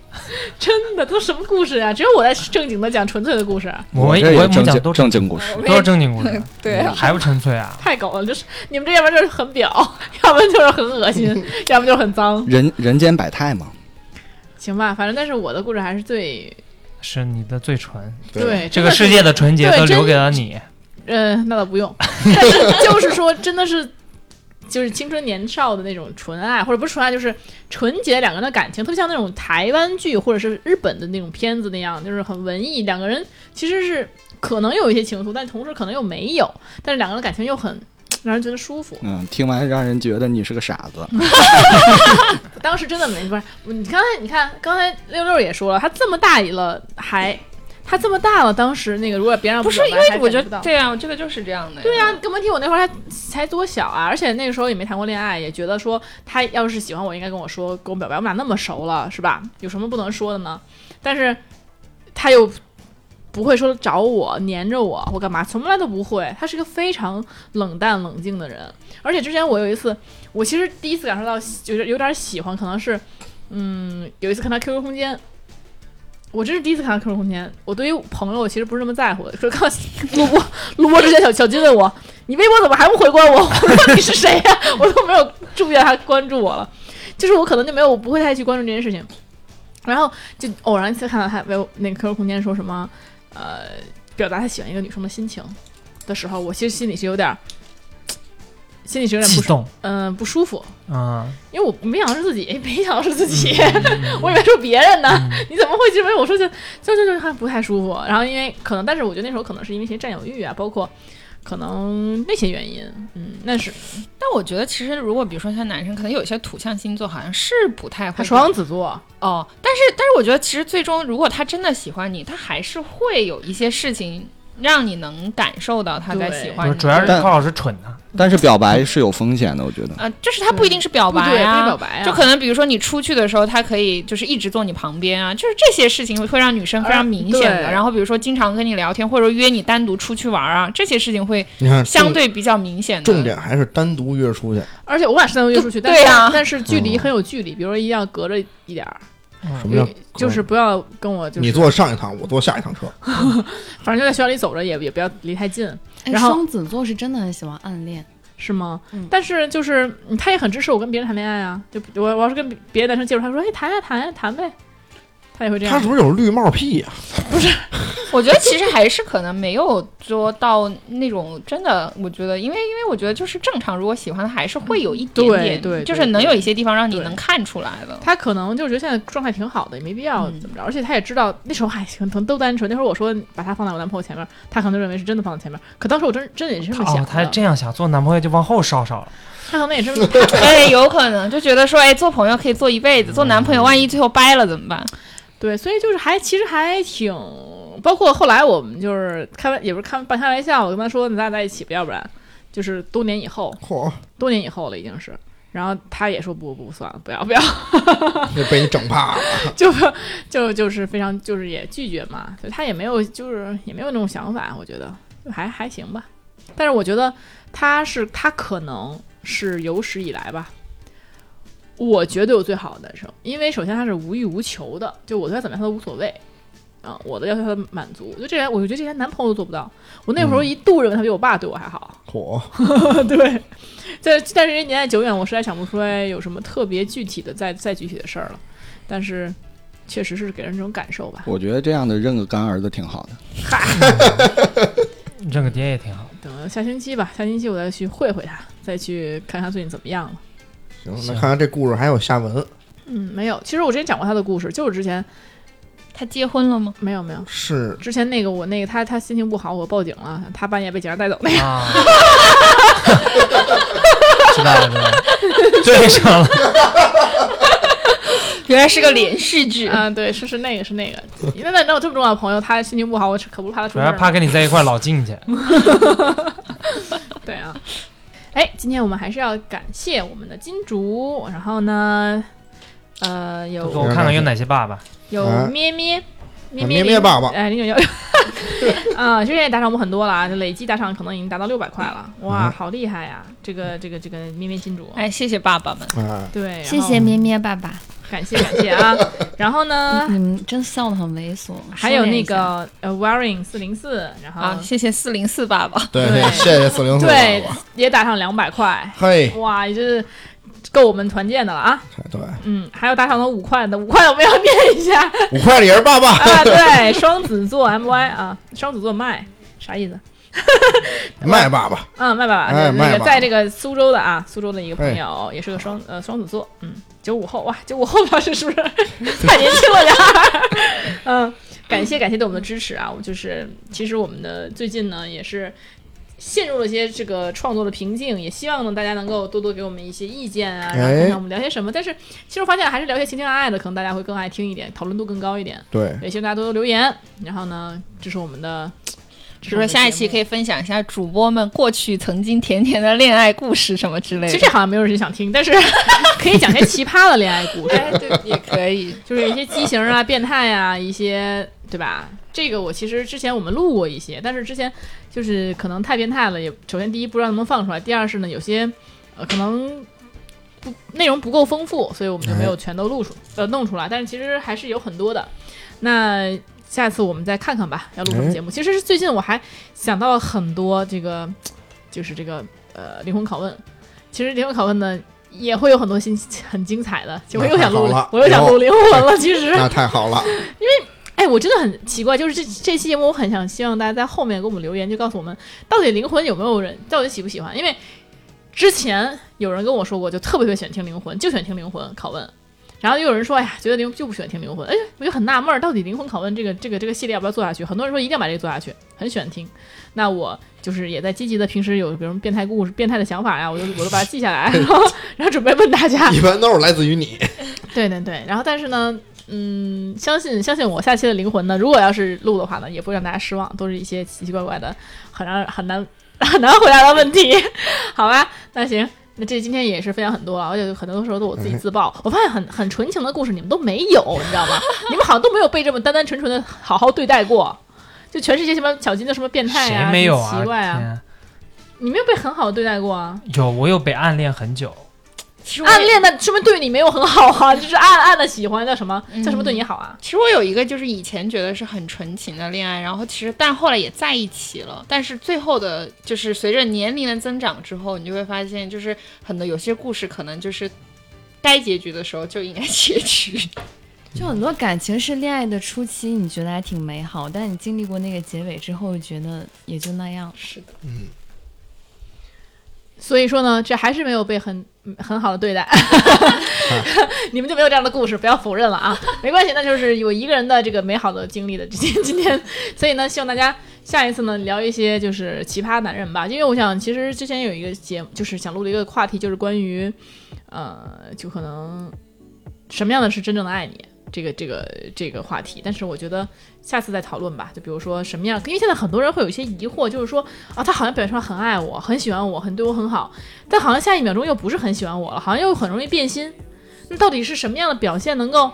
B: 真的都什么故事呀？只有我在正经的讲纯粹的故事，啊
D: 我们
G: 这
D: 我
G: 也
D: 们
G: 正
D: 讲
G: 经
D: 都
G: 正经故事，
D: 都是哦正经 故事，
F: 对啊，
D: 还不纯粹啊？
B: 太狗了！就是你们这要不然就是很婊，要不然就是很恶 心，要不就是很脏。
G: 人人间百态嘛。
B: 行吧，反正但是我的故事还是最
D: 是你的最纯，
B: 对
D: 这个世界的纯洁
B: 对
D: 都
B: 真
D: 留给了你。
B: 嗯、那倒不 用，但是就是说，真的是就是青春年少的那种纯爱，或者不是纯爱，就是纯洁两个人的感情，特别像那种台湾剧或者是日本的那种片子那样，就是很文艺，两个人其实是可能有一些情愫，但同时可能又没有，但是两个人的感情又很让人觉得舒服。
G: 嗯，听完让人觉得你是个傻子。
B: 当时真的没不是你刚才你看刚才六六也说了，他这么大了还他这么大了，当时那个如果别让
F: 不啊是因为我觉得，
B: 对
F: 对啊，这个就是这样的。
B: 对啊呀、，更甭提我那会儿还才多小啊，而且那个时候也没谈过恋爱，也觉得说他要是喜欢我，应该跟我说跟我表白，我们俩那么熟了，是吧？有什么不能说的呢？但是他又不会说找我黏着我或干嘛，从来都不会。他是个非常冷淡冷静的人，而且之前我有一次，我其实第一次感受到喜就是有点喜欢，可能是嗯有一次看他 QQ 空间。我真是第一次看到 QQ 空间，我对于朋友我其实不是那么在乎的。可是看到 录播录播之前，小小金问我：“你微博怎么还不回关我？” 我说：“你是谁呀、 我都没有注意到他关注我了，就是我可能就没有，我不会太去关注这件事情。然后就偶然一次看到他微那个 QQ 空间说什么，呃，表达他喜欢一个女生的心情的时候，我其实心里是有点儿，心里是有点
D: 激
B: 不舒，
D: 动
B: 嗯、不舒服，
D: 啊！
B: 因为我没想到是自己，没想到是自己，我以为是别人呢。你怎么会认为我说就就就就还不太舒服？然后因为可能，但是我觉得那时候可能是因为一些占有欲啊，包括可能那些原因，嗯，那是
F: 但我觉得其实如果比如说像男生，可能有些土象星座好像是不太
B: 他
F: 会
B: 双子座，
F: 哦，但是但是我觉得其实最终如果他真的喜欢你，他还是会有一些事情让你能感受到他在
B: 对
F: 喜
D: 不
F: 欢
D: 是
F: 你。
D: 主要是
G: 但
D: 高老师蠢呐，
G: 但是表白是有风险的，我觉得。
F: 呃，就是他不一定是表
B: 不
F: 白
B: 对，不是
F: 啊，
B: 表白啊，
F: 就可能比如说你出去的时候，他可以就是一直坐你旁边啊，就是这些事情会让女生非常明显
B: 而
F: 的。
B: 对
F: 然后比如说经常跟你聊天，或者说约你单独出去玩啊，这些事情会
C: 你看，
F: 相
C: 呃重
F: 对比较明显的。
C: 重点还是单独约出去，
B: 而且我把身份约出去，但是
F: 对呀
B: 但是距离很有距离，比如说一定要隔着一点儿，
C: 什么叫
B: 就是不要跟我就是
C: 你坐上一趟，我坐下一趟车。
B: 反正就在学校里走着也也不要离太近，
E: 哎，
B: 然后
E: 双子座是真的很喜欢暗恋，
B: 是吗？
E: 嗯
B: 但是就是嗯他也很支持我跟别人谈恋爱啊，就我我要是跟别别的男生接触，他说哎谈呀谈呀谈呗，他也会这样
C: 他。是不是有绿帽癖呀？
F: 我觉得其实还是可能没有做到那种真的，我觉得，因为因为我觉得就是正常，如果喜欢的还是会有一点
B: 对
F: 点，
B: 对对
F: 就是能有一些地方让你
B: 对
F: 能看出来的。
B: 他可能就是觉得现在状态挺好的，也没必要
F: 嗯
B: 怎么着，而且他也知道那时候还可能都单纯。那时候我说把他放在我男朋友前面，他可能就认为是真的放在前面。可当时我真真的也是这么想
D: 哦
B: 的，，
D: 他这样想，做男朋友就往后稍稍了。
B: 他可能也是这么
F: 哎，有可能就觉得说，哎，做朋友可以做一辈子，做男朋友万一最后掰了怎么办？
B: 对，所以就是还其实还挺，包括后来我们就是开玩，也不是开半开玩笑，我跟他说你咱俩在一起吧，要不然就是多年以后，
C: 嚯，
B: 多年以后了已经是。然后他也说不不不算了，不要不要，
C: 这被你整怕了。
B: 就就就是非常就是也拒绝嘛，所以他也没有就是也没有那种想法，我觉得就还还行吧。但是我觉得他是他可能是有史以来吧，我绝对有最好的男生，因为首先他是无欲无求的，就我对他怎么样他都无所谓，啊，我的要求他的满足，就这点，我就觉得这连男朋友都做不到。我那会儿一度认为他比我爸对我还好，
C: 火，
B: 对，但但是这年代久远，我实在想不出来有什么特别具体的再再具体的事儿了，但是确实是给人这种感受吧。
G: 我觉得这样的认个干儿子挺好的。
D: 认个爹 也挺好。
B: 等下星期吧，下星期我再去会会他，再去看看最近怎么样了。
C: 行，那
D: 行
C: 看看这故事还有下文，
B: 嗯，没有，其实我之前讲过他的故事，就是之前
F: 他结婚了吗？
B: 没有没有，
C: 是
B: 之前那个我那个他他心情不好，我报警了，他半夜被警察带走那个。
D: 啊， 知道了，知道了， 对上了。
F: 原来是个连续剧
B: 啊，对，是是那个是那个，因为那那我这么重要的朋友，他心情不好，我可不是怕他出
D: 主
B: 事
D: 要
B: 儿
D: 怕
B: 吗。
D: 跟你在一块儿老进去。
B: 嗯对啊， 哎，今天我们还是要感谢我们的金主，然后呢，呃，
D: 给
B: 有
D: 我看看有哪些爸爸。
B: 有
C: 啊
B: 咩咩。咩
C: 咩咩
B: 零
C: 爸爸
B: 哎，零九幺， 啊，这也打赏我们很多了啊，这累计打赏可能已经达到六百块了，哇，
C: 嗯
B: 好厉害呀！这个这个这个咩咩金主，
F: 哎，谢谢爸爸们，
C: 啊，
B: 对，
E: 谢谢，咩咩爸爸，
B: 感谢感谢啊。然后呢，
E: 你们真笑得很猥琐。
B: 还有
E: 收敛
B: 那
E: 一下，
B: 个呃，Wearing 四零四，然后
F: 啊，谢谢四零四爸爸，
C: 对
B: 对
C: 谢谢四零四，
B: 对，也打赏两百块，
C: 嘿，
B: 哇，也就是够我们团建的了啊！
C: 对，
B: 嗯，还有打赏了五块的，五块我们要念一下
C: 五块的也是爸爸，
B: 啊。对，双子座 MY 啊，双子座麦啥意思？
C: 麦爸爸，
B: 嗯，麦爸爸，
C: 哎
B: 对那
C: 麦
B: 个
C: 爸哎
B: 在这个苏州的啊，苏州的一个朋友，也是个双呃双子座，嗯，九五后哇，九五后表示是不 是太年轻了点儿？ 嗯，感谢感谢对我们的支持啊，我就是其实我们的最近呢也是。陷入了一些这个创作的瓶颈，也希望呢大家能够多多给我们一些意见
C: 哎
B: 啊，然后看看我们聊些什么。但是其实我发现还是聊些情情爱爱的，可能大家会更爱听一点，讨论度更高一点。
C: 对，
B: 也希望大家多多留言，然后呢支持我们的，支持我
F: 就说
B: 们的
F: 下一
B: 节
F: 期
B: 目
F: 可以分享一下主播们过去曾经甜甜的恋爱故事什么之类的。
B: 其实这好像没有人想听，但是 可以讲些奇葩的恋爱故事，
F: 哎，对，也可以。
B: 就是一些畸形啊、变态啊，一些对吧？这个我其实之前我们录过一些，但是之前就是可能太变态了，也首先第一不知道能不能放出来，第二是呢有些呃可能不内容不够丰富，所以我们就没有全都
F: 嗯
B: 录出呃弄出来，但是其实还是有很多的。那下次我们再看看吧，要录什么
F: 嗯
B: 节目？其实是最近我还想到了很多这个就是这个呃灵魂拷问，其实灵魂拷问呢。也会有很多新很精彩的，就我又想录
C: 那太好了，哎
B: 我又想录灵魂了。其实，
C: 那太好 了，
B: 哎，我真的很奇怪，就是这这期节目，我很想希望大家在后面给我们留言，就告诉我们到底灵魂有没有人，到底喜不喜欢？因为之前有人跟我说过，就特别特别喜欢听灵魂，就喜欢听灵魂拷问。然后又有人说，哎呀，觉得灵就不喜欢听灵魂，哎，我就很纳闷儿，到底灵魂拷问这个这个这个系列要不要做下去？很多人说一定要把这个做下去，很喜欢听。那我就是也在积极的，平时有比如变态故事、变态的想法呀，我就我都把它记下来，然后然后准备问大家。
C: 一般都是来自于你，
B: 对对对，然后但是呢，嗯，相信相信我，下期的灵魂呢，如果要是录的话呢，也不会让大家失望，都是一些奇奇怪怪的，很让很难 很难回答的问题， 好吧？那行。那这今天也是分享很多了，而且很多时候都我自己自爆。我发现很很纯情的故事你们都没有，你知道吗？ 你们好像都没有被这么单单纯纯的好好对待过，就全是一些什么小金的什么变态
D: 谁
B: 啊，
D: 没有
B: 什么
D: 啊？
B: 奇怪啊，
D: 天
B: 你没有被很好的对待过啊。
D: 有我有被暗恋很久，
F: 其实我也
B: 暗恋的说明对你没有很好啊， 就是暗暗的喜欢叫什么叫什么对你好啊？
F: 其实我有一个就是以前觉得是很纯情的恋爱，然后其实但后来也在一起了，但是最后的就是随着年龄的增长之后，你就会发现就是很多有些故事可能就是该结局的时候就应该结局，
E: 就很多感情是恋爱的初期，你觉得还挺美好，但你经历过那个结尾之后，觉得也就那样。
F: 是的，
B: 所以说呢，这还是没有被很很好的对待， 你们就没有这样的故事，不要否认了啊， 没关系，那就是有一个人的这个美好的经历的今 天今天，所以呢，希望大家下一次呢聊一些就是奇葩男人吧，因为我想其实之前有一个节目，就是想录的一个话题，就是关于呃，就可能什么样的是真正的爱你。这个这个这个话题，但是我觉得下次再讨论吧。就比如说什么样，因为现在很多人会有一些疑惑，就是说啊，他好像表现出来很爱我，很喜欢我，很对我很好，但好像下一秒钟又不是很喜欢我了，好像又很容易变心。那到底是什么样的表现能够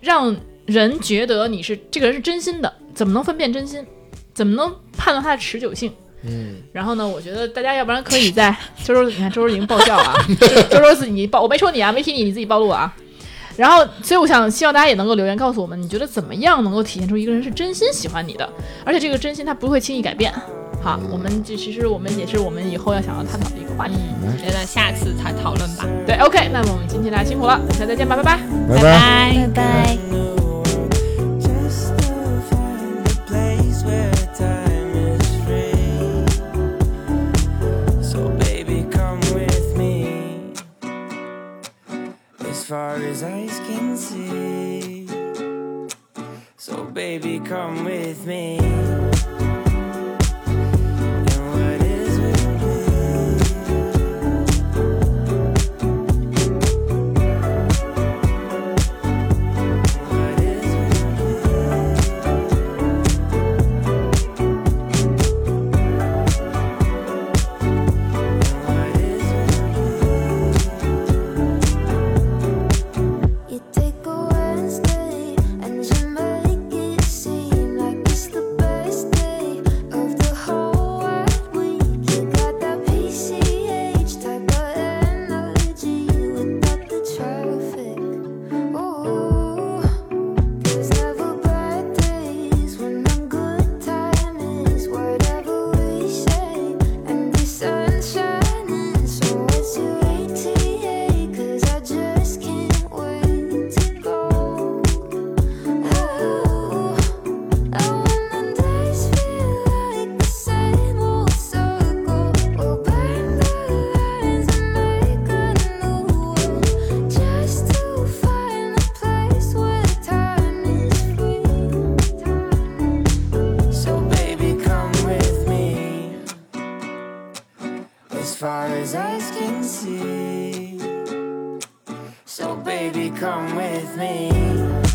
B: 让人觉得你是这个人是真心的？怎么能分辨真心？怎么能判断它的持久性？
C: 嗯，
B: 然后呢，我觉得大家要不然可以在周周，你看周周已经爆笑了啊，周周自己爆，我没说你啊，没提你，你自己暴露了啊。然后，所以我想希望大家也能够留言告诉我们，你觉得怎么样能够体现出一个人是真心喜欢你的，而且这个真心他不会轻易改变。好，我们这其实我们也是我们以后要想要探讨的一个话题。
F: 嗯，觉得下次再讨论吧，
B: 对，OK，那么我们今天大家辛苦了，下次再见吧，拜拜。
C: 拜拜。
F: 拜
E: 拜拜。
A: Just to find a place where time is free. So baby, come with me. As far as eyes can see. So baby, come with me. And what is with me? What is with
H: You take a Wednesday and you make it seem like it's the best day of the whole wide week. You got that PCH type of energy without the traffic. Oh, there's never bad days when the good time is whatever we say and the sunshine is. So it's your ATA 'cause I just can't wait to go. Oh, and when the days feel like the same old circle, we'll burn the lines and make a new one just to find a place where time is free.
A: So baby, come with me. As far as eyes can see. So baby, come with me.